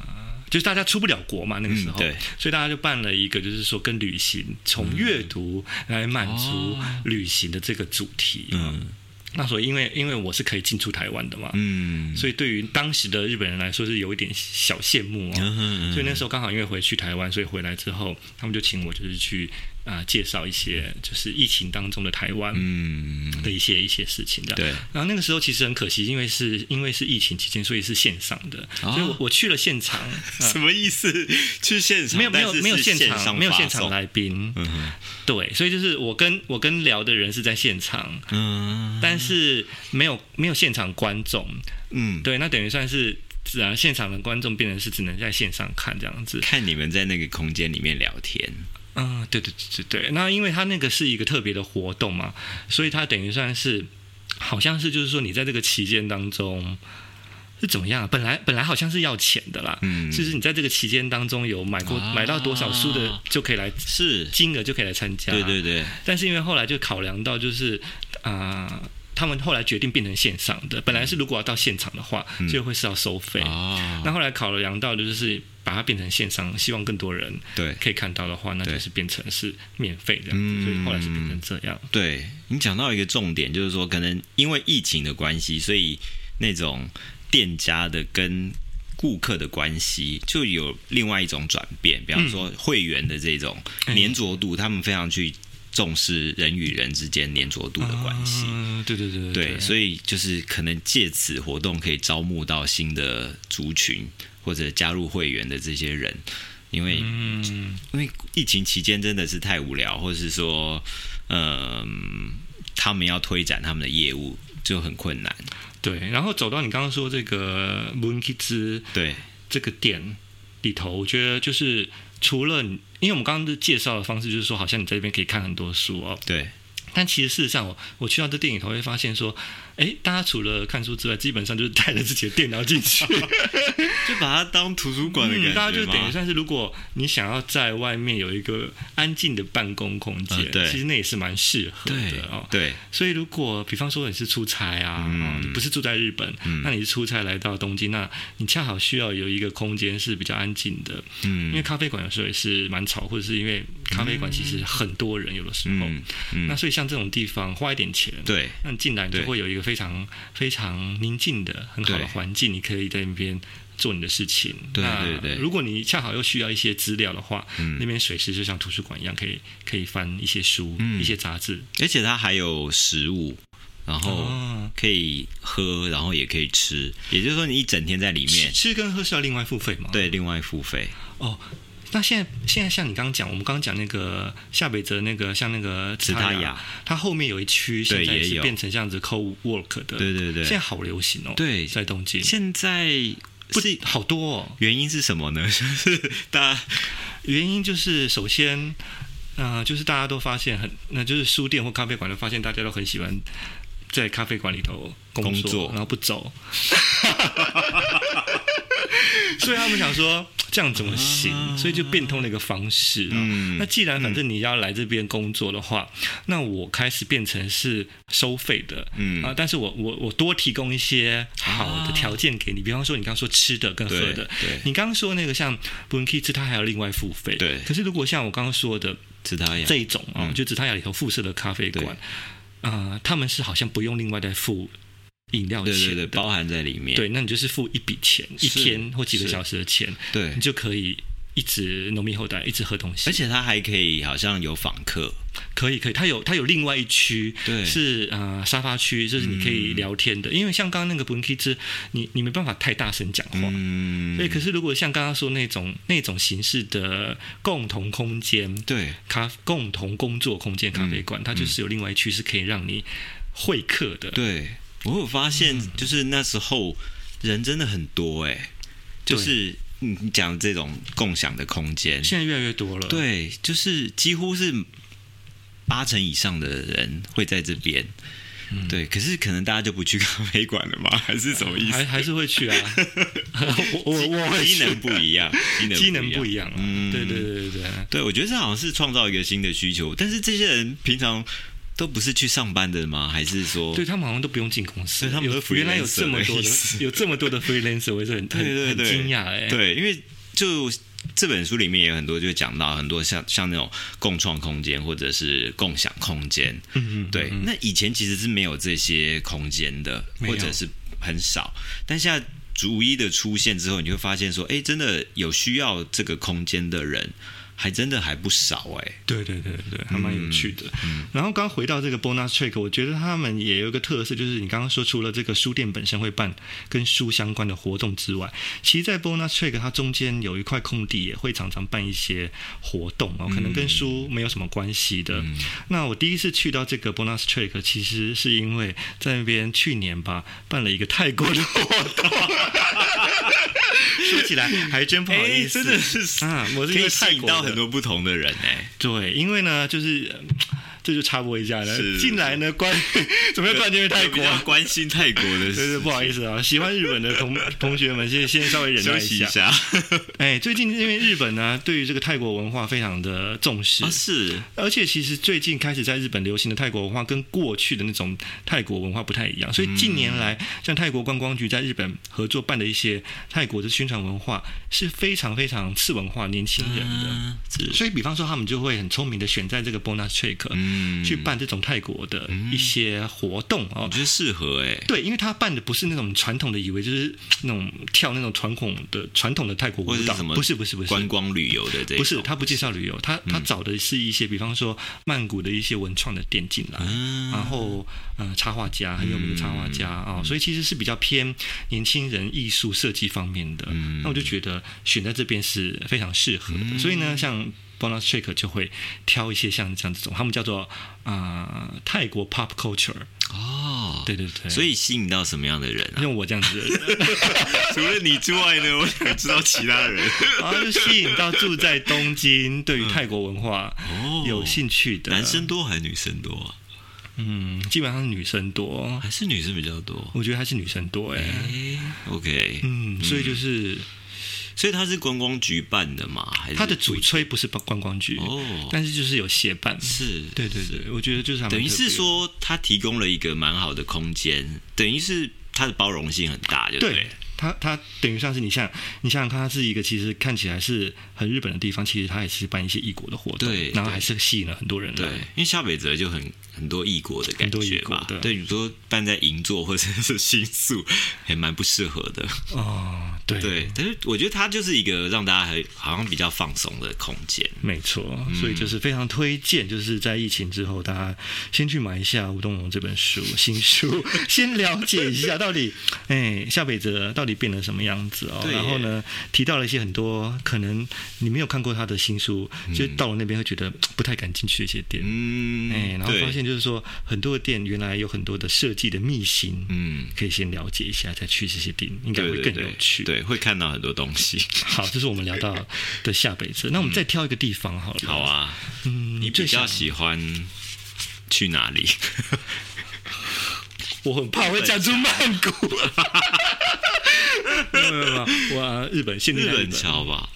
Speaker 1: 就是大家出不了国嘛，那个时
Speaker 2: 嗯，
Speaker 1: 候，
Speaker 2: 对，嗯
Speaker 1: 所以大家就办了一个，就是说跟旅行从阅读来满足
Speaker 2: 哦
Speaker 1: 旅行的这个主题。
Speaker 2: 嗯
Speaker 1: 那所以因为因为我是可以进出台湾的嘛，
Speaker 2: 嗯，
Speaker 1: 所以对于当时的日本人来说是有一点小羡慕哦。
Speaker 2: 嗯
Speaker 1: 所以那时候刚好因为回去台湾，所以回来之后，他们就请我就是去啊、呃介绍一些就是疫情当中的台湾
Speaker 2: 嗯，
Speaker 1: 的一些一些事情这样。
Speaker 2: 对，
Speaker 1: 然后那个时候其实很可惜，因为是因为是疫情期间，所以是线上的，
Speaker 2: 哦
Speaker 1: 所以我我去了现场，啊
Speaker 2: 什么意思？去现场
Speaker 1: 没有没有
Speaker 2: 但是
Speaker 1: 没有
Speaker 2: 是
Speaker 1: 现
Speaker 2: 线
Speaker 1: 场
Speaker 2: 上
Speaker 1: 没有
Speaker 2: 发
Speaker 1: 现场
Speaker 2: 送
Speaker 1: 来宾，
Speaker 2: 嗯哼
Speaker 1: 对，所以就是我跟我跟聊的人是在现场，
Speaker 2: 嗯
Speaker 1: 但是没有没有现场观众，
Speaker 2: 嗯，
Speaker 1: 对，那等于算是。啊，现场的观众变成是只能在线上看这样子，
Speaker 2: 看你们在那个空间里面聊天，
Speaker 1: 嗯，对对对对对。那因为它那个是一个特别的活动嘛，所以它等于算是，好像是就是说你在这个期间当中是怎么样啊？本来本来好像是要钱的啦，
Speaker 2: 嗯
Speaker 1: 就是你在这个期间当中有买过、
Speaker 2: 啊
Speaker 1: 买到多少书的就可以来
Speaker 2: 是，
Speaker 1: 金额就可以来参加，
Speaker 2: 对对对，
Speaker 1: 但是因为后来就考量到就是啊。呃他们后来决定变成线上的，本来是如果要到现场的话，
Speaker 2: 嗯
Speaker 1: 就会是要收费。
Speaker 2: 哦，
Speaker 1: 那后来考量到的就是把它变成线上，希望更多人
Speaker 2: 对
Speaker 1: 可以看到的话，那就是变成是免费这样
Speaker 2: 嗯
Speaker 1: 子，所以后来是变成这样。
Speaker 2: 对你讲到一个重点，就是说，可能因为疫情的关系，所以那种店家的跟顾客的关系就有另外一种转变。比方说，会员的这种
Speaker 1: 哎
Speaker 2: 粘着度，他们非常去重视人与人之间粘着度的关系。
Speaker 1: 嗯，对对对
Speaker 2: 对，所
Speaker 1: 以
Speaker 2: 以就是可能借此活动可以招募到新的族群或者加入会员的这些人，因为
Speaker 1: 嗯，
Speaker 2: 因为疫情期间真的是太无聊，或者是说，嗯，他们要推展他们的业务就很困难。
Speaker 1: 对。然后走到你刚刚说这个 Monkey 之
Speaker 2: 对，
Speaker 1: 这个店里头，我觉得就是除了你因为我们刚刚的介绍的方式，就是说好像你在这边可以看很多书哦，
Speaker 2: 对，
Speaker 1: 但其实事实上我，我去到这电影头会发现说，哎，大家除了看书之外，基本上就是带着自己的电脑进去，
Speaker 2: 就把它当图书馆的感
Speaker 1: 嗯，
Speaker 2: 觉嘛
Speaker 1: 大家就等于算是，如果你想要在外面有一个安静的办公空间，
Speaker 2: 嗯对
Speaker 1: 其实那也是蛮适合
Speaker 2: 对
Speaker 1: 的哦。
Speaker 2: 对，
Speaker 1: 所以，如果比方说你是出差啊，
Speaker 2: 嗯
Speaker 1: 哦你不是住在日本，
Speaker 2: 嗯
Speaker 1: 那你是出差来到东京，那你恰好需要有一个空间是比较安静的，因为
Speaker 2: 嗯
Speaker 1: 咖啡馆有时候也是蛮吵，或者是因为咖啡馆其实很多人有的时候，
Speaker 2: 嗯
Speaker 1: 那
Speaker 2: 嗯，
Speaker 1: 所以像这种地方花一点钱，
Speaker 2: 对
Speaker 1: 那你进来你就
Speaker 2: 对
Speaker 1: 会有一个非常非常宁静的很好
Speaker 2: 对
Speaker 1: 的环境，你可以在那边做你的事情。
Speaker 2: 对
Speaker 1: 那
Speaker 2: 对对
Speaker 1: 如果你恰好又需要一些资料的话，
Speaker 2: 嗯
Speaker 1: 那边随时就像图书馆一样，可以可以翻一些书、
Speaker 2: 嗯
Speaker 1: 一些杂志。
Speaker 2: 而且它还有食物，然后
Speaker 1: 哦，
Speaker 2: 可以喝，然后也可以吃，也就是说你一整天在里
Speaker 1: 吃
Speaker 2: 面，
Speaker 1: 吃跟喝是要另外付费吗？。
Speaker 2: 对，另外付费。
Speaker 1: 哦，那现在现在像你刚刚讲，我们刚刚讲那个夏北泽那个像那个
Speaker 2: 其他雅，
Speaker 1: 它后面有一区
Speaker 2: 对
Speaker 1: 现在
Speaker 2: 也
Speaker 1: 是
Speaker 2: 有
Speaker 1: 变成这样子 co work 的，
Speaker 2: 对对对
Speaker 1: 现在好流行哦。
Speaker 2: 对
Speaker 1: 在东京
Speaker 2: 现在
Speaker 1: 不
Speaker 2: 是
Speaker 1: 好多哦。
Speaker 2: 原因是什么呢？就是大家
Speaker 1: 原因就是首先，呃，就是大家都发现很，那就是书店或咖啡馆都发现大家都很喜欢在咖啡馆里头工作，
Speaker 2: 工作
Speaker 1: 然后不走， 所以他们想说这样怎么行？所以就变通了一个方式啊。
Speaker 2: 啊嗯
Speaker 1: 那既然反正你要来这边工作的话，那我开始变成是收费的，
Speaker 2: 嗯啊
Speaker 1: 啊，但是我我我多提供一些好的条件给你，比方说你刚刚说吃的跟喝
Speaker 2: 对
Speaker 1: 的，
Speaker 2: 对，
Speaker 1: 你刚刚说那个像 b u n k i 吃它还要另外付费，
Speaker 2: 对
Speaker 1: 可是如果像我刚刚说的
Speaker 2: 是他呀
Speaker 1: 这，一种啊、
Speaker 2: 嗯
Speaker 1: 就紫塔雅里头附设的咖啡馆，啊、他们是好像不用另外再付饮料
Speaker 2: 对对
Speaker 1: 钱的。
Speaker 2: 对，包含在里面，
Speaker 1: 对那你就是付一笔钱，一
Speaker 2: 是
Speaker 1: 天或几个
Speaker 2: 是
Speaker 1: 小时的钱，
Speaker 2: 对
Speaker 1: 你，就可以一直浓密后代，一直喝东西。
Speaker 2: 而且他还可以好像有访客，
Speaker 1: 可以可以，它有它有另外一区，
Speaker 2: 对嗯
Speaker 1: 是呃沙发区，就是你可以聊天的。因为像刚刚那个 b u n k i 之，你你没办法太大声讲话。
Speaker 2: 嗯，
Speaker 1: 对，可是如果像刚刚说那种那种形式的共同空间，
Speaker 2: 对
Speaker 1: 咖共同工作空间咖啡馆，它就是有另外一区是可以让你会客的。
Speaker 2: 嗯对，我有发现，就是那时候人真的很多哎、就是你你讲这种共享的空间，
Speaker 1: 现在越来越多了。，
Speaker 2: 对，就是几乎是八成以上的人会在这边。
Speaker 1: 嗯
Speaker 2: 对，可是可能大家就不去咖啡馆了吗？还是什么意
Speaker 1: 还
Speaker 2: 思？
Speaker 1: 还是会去 啊。我我 我会
Speaker 2: 机
Speaker 1: 去
Speaker 2: 能不一样，
Speaker 1: 机
Speaker 2: 机
Speaker 1: 能不一
Speaker 2: 样。
Speaker 1: 样啊。
Speaker 2: 嗯
Speaker 1: 对对对对对。
Speaker 2: 对，我觉得这好像是创造一个新的需求，但是这些人平常都不是去上班的吗？还是说，
Speaker 1: 对他们好像都不用进公司，
Speaker 2: 对他们都
Speaker 1: 有原来有
Speaker 2: freelancer
Speaker 1: 这么多
Speaker 2: 的意
Speaker 1: 的
Speaker 2: 思
Speaker 1: 有这么多的 freelancer，我也是很很
Speaker 2: 对对
Speaker 1: 很
Speaker 2: 对
Speaker 1: 惊讶哎。
Speaker 2: 对，因为就这本书里面也有很多就讲到很多像像那种共创空间或者是共享空间，
Speaker 1: 嗯，嗯
Speaker 2: 对，那以前其实是没有这些空间的，
Speaker 1: 没有
Speaker 2: 或者是很少，但现在。逐一的出现之后，你会发现说，哎、真的有需要这个空间的人，还真的还不少哎、
Speaker 1: 对对对对，还蛮有趣的。
Speaker 2: 嗯
Speaker 1: 然后刚回到这个 bonus track，我觉得他们也有一个特色，就是你刚刚说，除了这个书店本身会办跟书相关的活动之外，其实，在 bonus track 它中间有一块空地，也会常常办一些活动哦，可能
Speaker 2: 嗯
Speaker 1: 跟书没有什么关系的。那我第一次去到这个 bonus track，其实是因为在那边去年吧办了一个泰国的活动。说起 来 还真不好意思，
Speaker 2: 哎真的是
Speaker 1: 啊，我是
Speaker 2: 可
Speaker 1: 因为
Speaker 2: 以吸
Speaker 1: 泰
Speaker 2: 引
Speaker 1: 国
Speaker 2: 到
Speaker 1: 的
Speaker 2: 很多不同的人哎、
Speaker 1: 对，因为呢，就是嗯这就插播一下
Speaker 2: 是
Speaker 1: 呢，
Speaker 2: 是
Speaker 1: 进来呢，关 怎么又突然间 被泰
Speaker 2: 比
Speaker 1: 国
Speaker 2: 较
Speaker 1: 啊？
Speaker 2: 关心泰国
Speaker 1: 对 对，
Speaker 2: 的事，
Speaker 1: 不好意思啊，喜欢日本的同同学们， 先先稍微忍耐
Speaker 2: 休
Speaker 1: 一
Speaker 2: 息一
Speaker 1: 下。
Speaker 2: 下
Speaker 1: 哎，最近因为日本呢，对于这个泰国文化非常的重视
Speaker 2: 啊，，是
Speaker 1: 而且其实最近开始在日本流行的泰国文化，跟过去的那种泰国文化不太一样，所以近年
Speaker 2: 嗯
Speaker 1: 来，像泰国观光局在日本合作办的一些泰国的宣传文化，是非常非常次文化年轻人的。
Speaker 2: 嗯是
Speaker 1: 所以，比方说，他们就会很聪明的选在这个 bonus track、
Speaker 2: 嗯
Speaker 1: 去办这种泰国的一些活动哦
Speaker 2: 我。觉得适合哎、
Speaker 1: 对，因为他办的不是那种传统的，以为就是那种跳那种传统的传统的泰国舞
Speaker 2: 或者
Speaker 1: 蹈
Speaker 2: 是什，么
Speaker 1: 不是不是不
Speaker 2: 观嗯
Speaker 1: 是。
Speaker 2: 光旅游的这一
Speaker 1: 不是，
Speaker 2: 种
Speaker 1: 他不介绍旅游，他他找的是一些，比方说曼谷的一些文创的店进来，
Speaker 2: 嗯
Speaker 1: 然后呃，插画家很有名的插画家啊、哦所以其实是比较偏年轻人艺术设计方面的。那我就觉得选在这边是非常适合的。所以呢，像 Bonus Shake 就会挑一些像像这种，他们叫做啊、呃泰国 Pop Culture，
Speaker 2: 哦，
Speaker 1: 对对对，
Speaker 2: 所
Speaker 1: 以
Speaker 2: 以吸引到什么样的人啊？
Speaker 1: 用我这样子的人。
Speaker 2: 除了你之外呢，我想知道其他人。
Speaker 1: 然后就吸引到住在东京，对于泰国文化
Speaker 2: 哦
Speaker 1: 有兴趣的
Speaker 2: 男，生多还是女生多啊？
Speaker 1: 嗯，基本上是女生多，
Speaker 2: 还是女生比较多？
Speaker 1: 我觉得还是女生多哎、
Speaker 2: 诶 OK，、
Speaker 1: 嗯，所以就是
Speaker 2: 所以它是观光局办的嘛？还是
Speaker 1: 它的主吹不是观光局，
Speaker 2: 哦
Speaker 1: 但是就是有协办，
Speaker 2: 是
Speaker 1: 对对对，我觉得就是还蛮
Speaker 2: 等于是
Speaker 1: 特别的
Speaker 2: 说它提供了一个蛮好的空间，等于是它的包容性很大，就
Speaker 1: 对。它它等于像是你像你想想看，它是一个其实看起来是很日本的地方，其实它也是办一些异国的活动，
Speaker 2: 对
Speaker 1: 然后还是吸引了很多人
Speaker 2: 对
Speaker 1: 来。，
Speaker 2: 因为夏北泽就很很多异国的感
Speaker 1: 很多异
Speaker 2: 觉
Speaker 1: 国
Speaker 2: 嘛，
Speaker 1: 对
Speaker 2: 对，你说办在银座或者是新宿，还蛮不适合的。
Speaker 1: 哦，对，
Speaker 2: 对，但是我觉得它就是一个让大家很好像比较放松的空间。
Speaker 1: 没错，
Speaker 2: 嗯
Speaker 1: 所以就是非常推荐，就是在疫情之后，大家先去买一下吴东龙这本书新 书，先了解一下到底，哎，夏北泽到底变了什么样子哦。
Speaker 2: 对耶
Speaker 1: 然后呢，提到了一些很多可能你没有看过他的新书，就到了那边会觉得不太敢进去的一些店。
Speaker 2: 嗯，
Speaker 1: 哎，然后
Speaker 2: 对
Speaker 1: 发现就是说，很多的店原来有很多的设计的秘辛，
Speaker 2: 嗯，
Speaker 1: 可以先了解一下，再去这些店，应该
Speaker 2: 对
Speaker 1: 会
Speaker 2: 对
Speaker 1: 更有
Speaker 2: 对，
Speaker 1: 趣。
Speaker 2: 对，会看到很多东西。
Speaker 1: 好，这是我们聊到的下北泽，那我们再挑一个地方好了。
Speaker 2: 好，啊，
Speaker 1: 嗯，
Speaker 2: 你
Speaker 1: 最
Speaker 2: 比较
Speaker 1: 想
Speaker 2: 喜欢去哪里？
Speaker 1: 我很怕会讲出曼谷。 没有没有没有，我、啊、日本限定
Speaker 2: 日
Speaker 1: 在
Speaker 2: 本桥吧？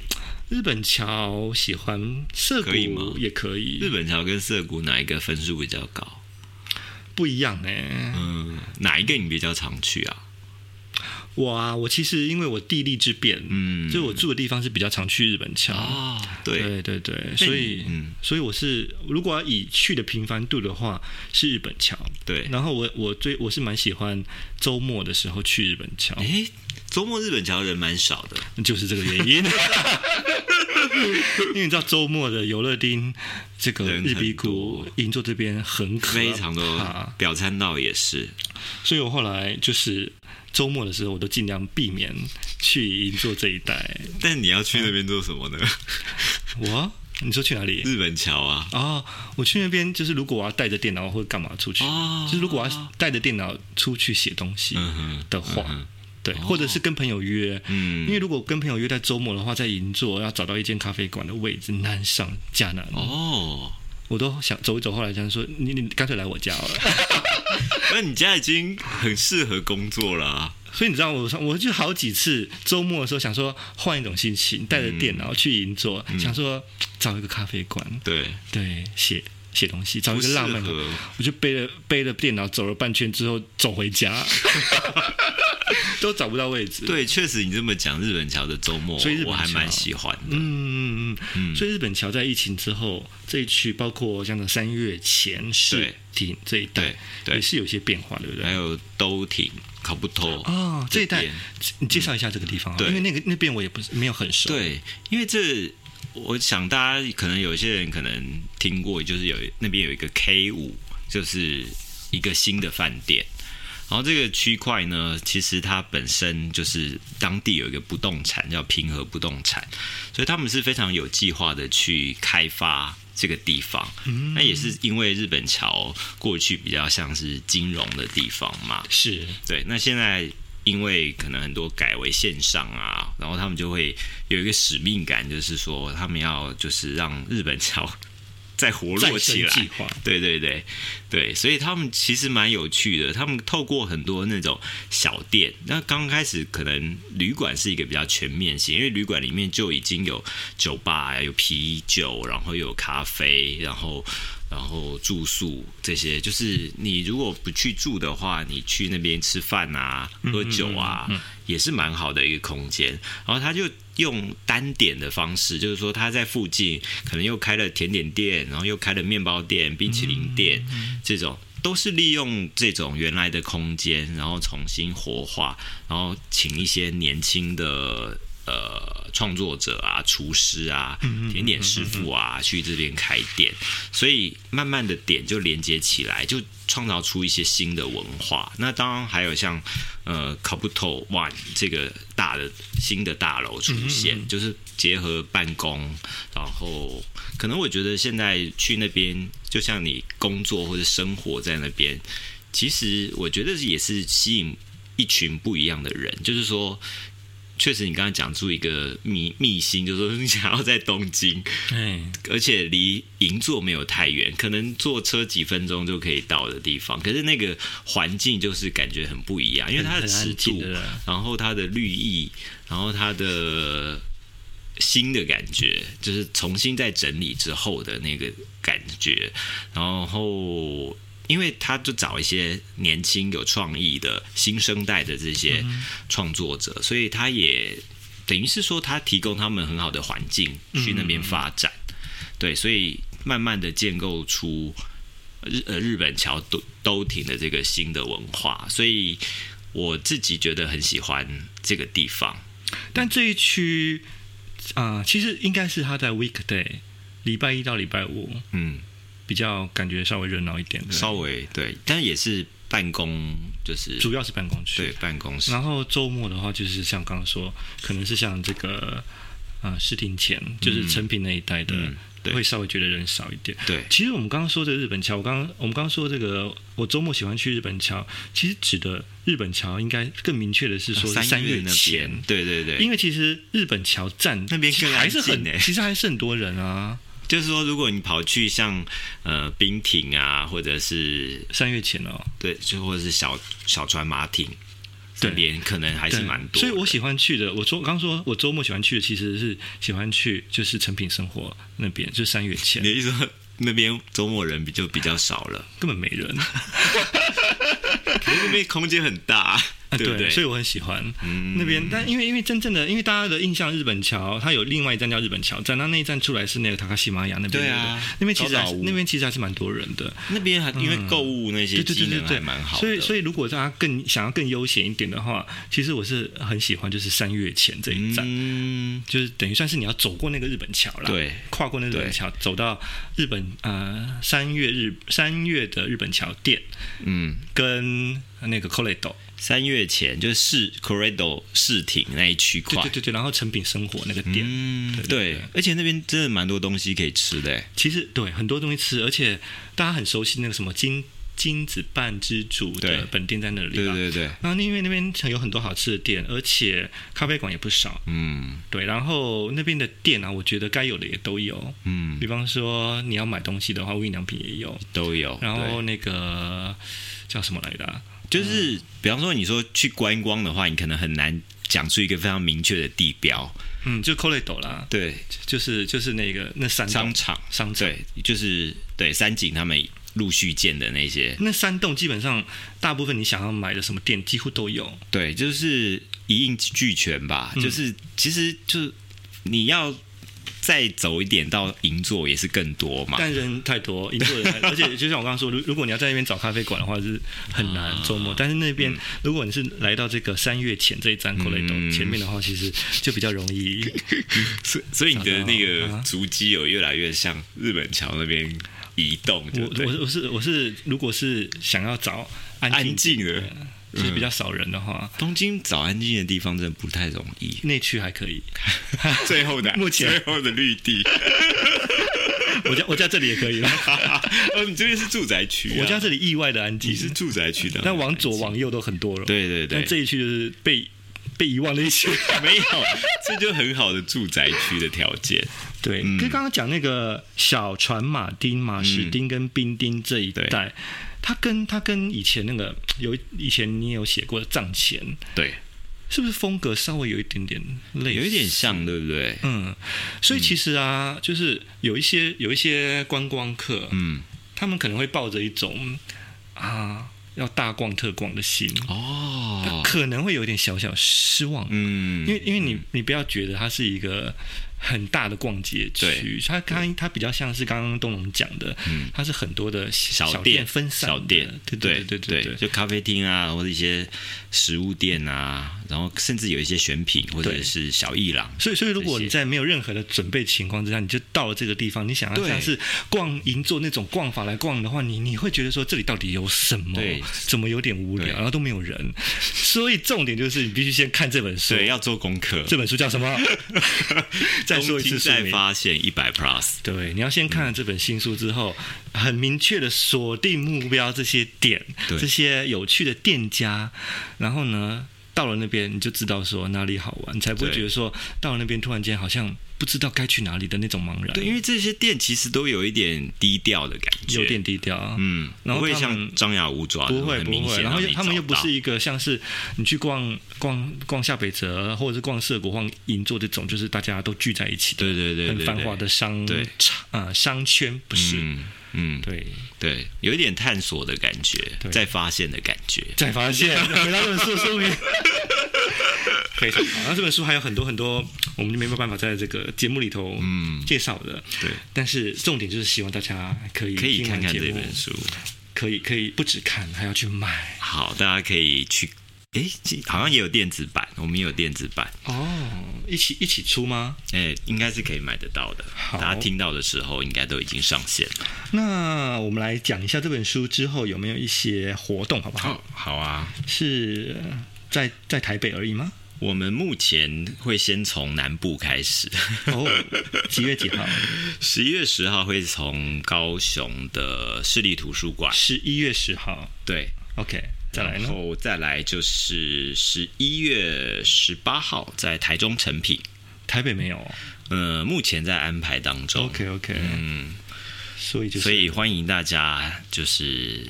Speaker 1: 日本桥喜欢涩
Speaker 2: 可以吗
Speaker 1: 谷也可以，
Speaker 2: 日本桥跟涩谷哪一个分数比较高？
Speaker 1: 不一样呢、
Speaker 2: 嗯，哪一个你比较常去啊？
Speaker 1: 我啊，我其实因为我地利之便，
Speaker 2: 嗯，
Speaker 1: 所以我住的地方是比较常去日本桥。
Speaker 2: 啊，对，
Speaker 1: 对对对，所以
Speaker 2: 嗯，
Speaker 1: 所以我是如果要以去的频繁度的话，是日本桥。
Speaker 2: 对。
Speaker 1: 然后我我最我是蛮喜欢周末的时候去日本桥，
Speaker 2: 诶，周末日本桥人蛮少的，
Speaker 1: 就是这个原 因。因为你知道周末的游乐町，这个
Speaker 2: 人
Speaker 1: 日
Speaker 2: 很
Speaker 1: 比谷
Speaker 2: 多
Speaker 1: 银座这边很可
Speaker 2: 非常多
Speaker 1: 怕，。
Speaker 2: 表参道也是，
Speaker 1: 所以我后来就是周末的时候，我都尽量避免去银座这一带。
Speaker 2: 但你要去那边做什么呢？
Speaker 1: 我，你说去哪里？
Speaker 2: 日本桥啊，
Speaker 1: 哦，我去那边就是如果我要带着电脑或者干嘛出去，
Speaker 2: 哦
Speaker 1: 就是如果我要带着电脑出去写东西
Speaker 2: 嗯哼
Speaker 1: 的话，
Speaker 2: 嗯
Speaker 1: 对，或者是跟朋友约。
Speaker 2: 嗯，
Speaker 1: 因为如果跟朋友约在周末的话，在银座要找到一间咖啡馆的位置难上加难，
Speaker 2: 哦，
Speaker 1: 我都想走一走。后来想说，你你干脆来我家好 了。
Speaker 2: 那你家已经很适合工作啊啦、
Speaker 1: 所以你知道我上我就好几次周末的时候想说换一种心情，带着电脑去银座，
Speaker 2: 嗯
Speaker 1: 想说找一个咖啡馆，
Speaker 2: 对，
Speaker 1: 对，写写东西，哦找一
Speaker 2: 不
Speaker 1: 个
Speaker 2: 适
Speaker 1: 浪漫的
Speaker 2: 合。
Speaker 1: 我就背了背了电脑走了半圈之后走回 家， 都找不到位置。，
Speaker 2: 对，确实你这么讲，日本桥的周末，
Speaker 1: 所以日本
Speaker 2: 我还
Speaker 1: 桥
Speaker 2: 蛮喜欢的。
Speaker 1: 嗯嗯嗯，
Speaker 2: 嗯
Speaker 1: 所以日本桥在疫情之后这一区，包括像三月前是
Speaker 2: 对
Speaker 1: 挺这一带
Speaker 2: 对，对
Speaker 1: 也是有些变化，对不
Speaker 2: 还
Speaker 1: 对？
Speaker 2: 有兜挺、考不头。
Speaker 1: 哦，这一带
Speaker 2: 这边
Speaker 1: 你介绍一下这个地方啊，
Speaker 2: 对
Speaker 1: 因为那个那边我也不是没有很熟。，
Speaker 2: 对，因为这我想大家可能有些人可能听过，就是有那边有一个 K 五，就是一个新的饭店。然后这个区块呢，其实它本身就是当地有一个不动产叫平和不动产，所以他们是非常有计划的去开发这个地方。那也是因为日本桥过去比较像是金融的地方嘛，
Speaker 1: 是
Speaker 2: 对，那现在因为可能很多改为线上啊，然后他们就会有一个使命感，就是说他们要就是让日本桥 再活
Speaker 1: 再
Speaker 2: 络
Speaker 1: 生
Speaker 2: 起
Speaker 1: 计
Speaker 2: 来。
Speaker 1: 划，
Speaker 2: 对对对对，所以他们其实蛮有趣的。他们透过很多那种小店，那刚开始可能旅馆是一个比较全面性，因为旅馆里面就已经有酒吧、有啤酒，然后又有咖啡，然后然后住宿这些，就是你如果不去住的话，你去那边吃饭啊、喝酒啊，也是蛮好的一个空间。然后他就用单点的方式，就是说他在附近可能又开了甜点店，然后又开了面包店、冰淇淋店、这种。都是利用这种原来的空间，然后重新活化，然后请一些年轻的呃创作者啊、厨师啊、甜点师傅啊去这边开店，所以慢慢的点就连接起来，就创造出一些新的文化。那当然还有像呃 c a p u t o One 这个大的新的大楼出现，就是结合办公，然后可能我觉得现在去那边，就像你工作或者生活在那边，其实我觉得也是吸引一群不一样的人，就是说。确实，你刚才讲出一个秘秘辛，就是说你想要在东京，
Speaker 1: 哎，
Speaker 2: 而且离银座没有太远，可能坐车几分钟就可以到的地方。可是那个环境就是感觉很不一样，因为它
Speaker 1: 很很
Speaker 2: 的尺
Speaker 1: 安静
Speaker 2: 度
Speaker 1: 的，啦
Speaker 2: 然后它的绿意，然后它的新的感觉，就是重新再整理之后的那个感觉。然后，因为他就找一些年轻有创意的新生代的这些创作者，所以他也等于是说，他提供他们很好的环境去那边发展。对，所以慢慢的建构出日呃日本桥都都挺的这个新的文化，所以我自己觉得很喜欢这个地方。
Speaker 1: 但这一区啊、其实应该是它在 weekday 礼拜一到礼拜五
Speaker 2: 嗯，
Speaker 1: 比较感觉稍微热闹一点，对不对
Speaker 2: 稍微对，但也是办公，就是
Speaker 1: 主要是办公区
Speaker 2: 对。办公室，
Speaker 1: 然后周末的话，就是像刚刚说，可能是像这个啊，试、庭前，就是成品那一带的，
Speaker 2: 嗯对
Speaker 1: 会稍微觉得人少一点。
Speaker 2: 对
Speaker 1: 其实我们刚刚说这个日本桥，我刚刚我们刚刚说这个，我周末喜欢去日本桥，其实指的日本桥应该更明确的是说是三
Speaker 2: 呃月那
Speaker 1: 前，
Speaker 2: 边，对对对，
Speaker 1: 因为其实日本桥站
Speaker 2: 那边更安
Speaker 1: 还是
Speaker 2: 静
Speaker 1: 很
Speaker 2: 欸
Speaker 1: 其实还是很多人啊，
Speaker 2: 就是说，如果你跑去像呃冰艇啊，或者是
Speaker 1: 三月前哦，
Speaker 2: 对，就或者是小小船马艇，
Speaker 1: 对
Speaker 2: 连可能还是
Speaker 1: 对
Speaker 2: 蛮多
Speaker 1: 所
Speaker 2: 的。
Speaker 1: 以我喜欢去的，我周刚说，我周末喜欢去的其实是喜欢去就是成品生活那边，就是三月前
Speaker 2: 你的意思说那边周末人比就比较少 了，
Speaker 1: 根本没人，
Speaker 2: 可是那边空间很大，
Speaker 1: 啊
Speaker 2: 对不对？
Speaker 1: 所以我很喜欢
Speaker 2: 嗯
Speaker 1: 那边。但因为因为真正的，因为大家的印象日本桥，它有另外一站叫日本桥站，那那一站出来是那个塔卡西玛雅那边
Speaker 2: 对
Speaker 1: 的，
Speaker 2: 啊
Speaker 1: 那边其实还
Speaker 2: 高岛
Speaker 1: 是
Speaker 2: 屋
Speaker 1: 那边其实还是蛮多人的。
Speaker 2: 那边还因为购物那
Speaker 1: 嗯
Speaker 2: 些
Speaker 1: 对对对对
Speaker 2: 机能还
Speaker 1: 对，
Speaker 2: 蛮好的，
Speaker 1: 所以所以如果大家更想要更悠闲一点的话，其实我是很喜欢就是三月前这一站，
Speaker 2: 嗯，
Speaker 1: 就是等于算是你要走过那个日本桥啦，
Speaker 2: 对，
Speaker 1: 跨过那个日本桥，走到日本呃三月日三月的日本桥店
Speaker 2: 嗯，
Speaker 1: 跟那个 c o l e d o
Speaker 2: 三月前就是市 Corridor 市町那一区
Speaker 1: 对
Speaker 2: 块
Speaker 1: 对，对对，然后成品生活那个店，
Speaker 2: 嗯，
Speaker 1: 对对
Speaker 2: 对
Speaker 1: 对，
Speaker 2: 而且那边真的蛮多东西可以吃的欸，
Speaker 1: 其实对很多东西吃，而且大家很熟悉那个什么金金子半之主
Speaker 2: 对
Speaker 1: 的本店在那里
Speaker 2: 对
Speaker 1: 嘛。
Speaker 2: 对对，
Speaker 1: 然后因为那边有很多好吃的店，而且咖啡馆也不少，
Speaker 2: 嗯
Speaker 1: 对。然后那边的店啊，我觉得该有的也都有，
Speaker 2: 嗯，
Speaker 1: 比方说你要买东西的话，无印良品也有，
Speaker 2: 都有，
Speaker 1: 然后嗯那个叫什么来的啊、
Speaker 2: 对就是比方说你说去观光的话，你可能很难讲出一个非常明确的地标，
Speaker 1: 嗯，就 c o l e d o 啦，
Speaker 2: 对，
Speaker 1: 就是就是那个那三
Speaker 2: 商
Speaker 1: 栋
Speaker 2: 场，
Speaker 1: 商场，
Speaker 2: 对，就是对三井他们陆续建的那些，
Speaker 1: 那三栋基本上大部分你想要买的什么店几乎都有，
Speaker 2: 对，就是一应俱全吧。
Speaker 1: 嗯
Speaker 2: 就是其实就是你要再走一点到银座也是更多嘛。
Speaker 1: 但人太多，一座人太 多，而且就像我刚刚说，如如果你要在那边找咖啡馆的话是很难
Speaker 2: 啊
Speaker 1: 周末，但是那边、如果你是来到这个三月前这一站 c o l e d o
Speaker 2: 嗯
Speaker 1: 前面的话，其实就比较容 易。
Speaker 2: 所以所以你的那
Speaker 1: 找到
Speaker 2: 个
Speaker 1: 啊
Speaker 2: 足迹有越来越向日本桥那边移动，对
Speaker 1: 我
Speaker 2: 不对
Speaker 1: 我我是我是如果是想要找
Speaker 2: 安
Speaker 1: 安静
Speaker 2: 静的。嗯
Speaker 1: 的，就是比较少人的话，
Speaker 2: 东京找安静的地方真的不太容
Speaker 1: 。
Speaker 2: 易
Speaker 1: 内区还可 以。
Speaker 2: 最后的
Speaker 1: 目前
Speaker 2: 最后的绿地，
Speaker 1: 我家我家这里也可以了，
Speaker 2: 哦，你这边是住宅区、啊，
Speaker 1: 我家这里意外的安静
Speaker 2: 你。是住宅区的，
Speaker 1: 但往左往右都很多了。
Speaker 2: 嗯 对对
Speaker 1: 但
Speaker 2: 对，
Speaker 1: 这一区就是被被遗忘的一区。
Speaker 2: 没有，这就很好的住宅区的条件。
Speaker 1: 对，
Speaker 2: 嗯
Speaker 1: 跟刚刚讲那个小船马丁、马士丁跟兵丁这一带，它跟它跟以前那个有以前你也有写过的藏前，
Speaker 2: 对，
Speaker 1: 是不是风格稍微有一点点类似？
Speaker 2: 有一点像，对不对？
Speaker 1: 嗯，所以其实啊，就是有一些有一些观光客，
Speaker 2: 嗯，
Speaker 1: 他们可能会抱着一种啊要大逛特逛的心，
Speaker 2: 哦，
Speaker 1: 可能会有点小小失望。
Speaker 2: 嗯，
Speaker 1: 因为因为你你不要觉得它是一个很大的逛街区，它它它比较像是刚刚东龙讲的，它是很多的小
Speaker 2: 嗯小
Speaker 1: 店
Speaker 2: 店
Speaker 1: 分散的，
Speaker 2: 小店，
Speaker 1: 对
Speaker 2: 对
Speaker 1: 对对对。
Speaker 2: 就咖啡厅啊，或者一些食物店啊，然后甚至有一些选品或者
Speaker 1: 对
Speaker 2: 是小艺廊，
Speaker 1: 所以，所以如果
Speaker 2: 这
Speaker 1: 你
Speaker 2: 些
Speaker 1: 在没有任何的准备情况之下，你就到了这个地方，你想要
Speaker 2: 对
Speaker 1: 像是逛银座那种逛法来逛的话，你你会觉得说这里到底有什么
Speaker 2: 对？
Speaker 1: 怎么有点无聊，
Speaker 2: 对
Speaker 1: 然后都没有人。所以重点就是你必须先看这本书
Speaker 2: 对，，要做功课。
Speaker 1: 这本书叫什 么？再说一次
Speaker 2: 东京
Speaker 1: 书
Speaker 2: 再
Speaker 1: 名。
Speaker 2: 发现一百 plus，
Speaker 1: 对，你要先看了这本新书之后，很明确的锁定目标这些点，
Speaker 2: 对
Speaker 1: 这些有趣的店家，然后呢，到了那边你就知道说哪里好玩，你才不会
Speaker 2: 对
Speaker 1: 觉得说到了那边突然间好像不知道该去哪里的那种茫然，
Speaker 2: 对，因为这些店其实都有一点低调的感觉，
Speaker 1: 有点低调啊。
Speaker 2: 嗯，
Speaker 1: 然后
Speaker 2: 不会
Speaker 1: 他们
Speaker 2: 像张牙舞爪那种，
Speaker 1: 不会
Speaker 2: 很
Speaker 1: 不
Speaker 2: 明
Speaker 1: 会，
Speaker 2: 显
Speaker 1: 然后
Speaker 2: 让
Speaker 1: 又
Speaker 2: 你
Speaker 1: 他们
Speaker 2: 找
Speaker 1: 又不
Speaker 2: 到
Speaker 1: 是一个像是你去逛逛逛下北泽或者是逛涩谷、逛银座这种，就是大家都聚在一起的，
Speaker 2: 对对对对
Speaker 1: 很繁华的商
Speaker 2: 对
Speaker 1: 场啊、商圈，不是？
Speaker 2: 嗯嗯，
Speaker 1: 对，
Speaker 2: 对，有一点探索的感觉，
Speaker 1: 对
Speaker 2: 再发现的感觉。
Speaker 1: 再发现，回到这本书的书名。 非常好，那这本书还有很多很多，我们就没有办法在这个节目里头
Speaker 2: 嗯
Speaker 1: 介绍的。
Speaker 2: 对，
Speaker 1: 但是重点就是希望大家可以
Speaker 2: 可以
Speaker 1: 听完
Speaker 2: 看看
Speaker 1: 节
Speaker 2: 这
Speaker 1: 目
Speaker 2: 本，书。
Speaker 1: 可以可以不止看，还要去买
Speaker 2: 好，大家可以去，诶，其好像也有电子版，我们也有电子版，
Speaker 1: 哦，一起一起出吗？
Speaker 2: 诶，应该是可以买得到的。
Speaker 1: 好
Speaker 2: 大家听到的时候，应该都已经上线了。
Speaker 1: 那我们来讲一下这本书之后有没有一些活动，好不好？，
Speaker 2: 好啊。
Speaker 1: 是呃在在台北而已 吗？
Speaker 2: 我们目前会先从南部开始，
Speaker 1: 哦，几月几号？
Speaker 2: 十一月十号会从高雄的市立图书馆，
Speaker 1: 十一月十号。
Speaker 2: 对，
Speaker 1: OK，再来
Speaker 2: 然
Speaker 1: 呢？
Speaker 2: 后再来就是十一月十八号在台中成品，
Speaker 1: 台北没有、哦。
Speaker 2: 呃，目前在安排当中。
Speaker 1: OK OK，、
Speaker 2: 嗯，
Speaker 1: 所以就是
Speaker 2: 所以欢迎大家，就是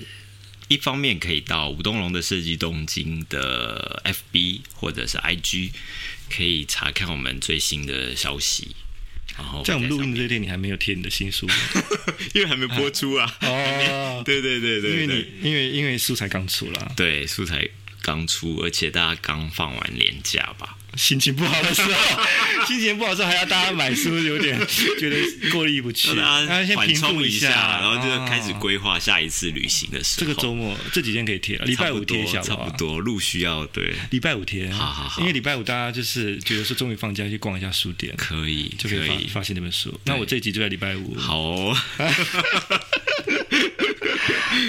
Speaker 2: 一方面可以到吴东龙的设计东京的 FB 或者是 IG，可以查看我们最新的消息。然后
Speaker 1: 在我们录
Speaker 2: 音，
Speaker 1: 音的这一天，你还没有贴你的新书
Speaker 2: 因为还没播出啊。
Speaker 1: 哦，
Speaker 2: 对对对对
Speaker 1: 因为
Speaker 2: 对
Speaker 1: 你因为因为素材刚出啦，
Speaker 2: 对素材刚出，而且大家刚放完年假吧。
Speaker 1: 心情不好的时 候，心情不好的时候还要大家买书，有点觉得过意不去。
Speaker 2: 大
Speaker 1: 那
Speaker 2: 家
Speaker 1: 啊先
Speaker 2: 缓
Speaker 1: 平
Speaker 2: 冲
Speaker 1: 复
Speaker 2: 一
Speaker 1: 下，
Speaker 2: 然后就开始
Speaker 1: 哦
Speaker 2: 规划下一次旅行的时
Speaker 1: 这
Speaker 2: 候。
Speaker 1: 个周末这几天可以贴了，礼拜五贴一下
Speaker 2: 差
Speaker 1: 好
Speaker 2: 不
Speaker 1: 好。
Speaker 2: 多陆续要对，
Speaker 1: 礼拜五贴，啊
Speaker 2: 好好好
Speaker 1: 因为礼拜五大家就是觉得说终于放假去逛一下书店，
Speaker 2: 可以
Speaker 1: 就可
Speaker 2: 可
Speaker 1: 以
Speaker 2: 以
Speaker 1: 发发现那本书。那我这一集就在礼拜五，
Speaker 2: 好、哦，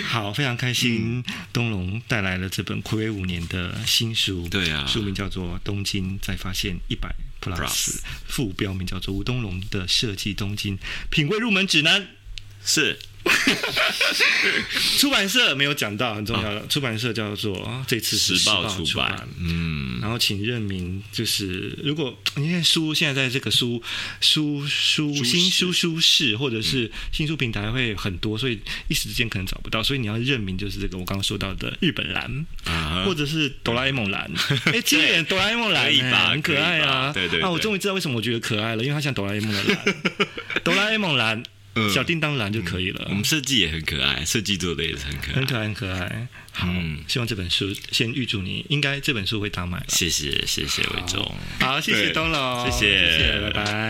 Speaker 1: 好，非常开心，
Speaker 2: 嗯
Speaker 1: 东龙带来了这本暌违五年的新书，
Speaker 2: 对啊
Speaker 1: 书名叫做《东京再发现一百 Plus
Speaker 2: Plus》，
Speaker 1: 副标名叫做《吴东龙的设计东京品味入门指南》。
Speaker 2: 是
Speaker 1: 出版社没有讲到很重要的，出版社叫做这次是
Speaker 2: 啊时报
Speaker 1: 出
Speaker 2: 出版，嗯，
Speaker 1: 然后请认明，就是如果因为书现在在这个书书书
Speaker 2: 市嗯
Speaker 1: 新书书市或者是新书平台会很多，所以一时之间可能找不到，所以你要认明就是这个我刚刚说到的日本蓝，
Speaker 2: 啊
Speaker 1: 或者是哆啦 A 梦蓝，嗯 哎，今年哆啦 A 梦蓝
Speaker 2: 可以吧
Speaker 1: 哎很可爱啊，
Speaker 2: 可以吧对对
Speaker 1: 啊，我
Speaker 2: 对
Speaker 1: 终于知道为什么我觉得可爱了，因为它像哆啦 A 梦的 蓝，哆啦 A 梦蓝，
Speaker 2: 嗯
Speaker 1: 小叮当蓝就可以了
Speaker 2: 我。们设计也很可爱，设计做的也是很可
Speaker 1: 很
Speaker 2: 爱，
Speaker 1: 可爱，很可爱。好，
Speaker 2: 嗯
Speaker 1: 希望这本书先预祝你，应该这本书会大卖吧。
Speaker 2: 谢谢谢谢伟忠。
Speaker 1: 好，谢谢
Speaker 2: 对
Speaker 1: 东龙，
Speaker 2: 谢谢
Speaker 1: 拜拜。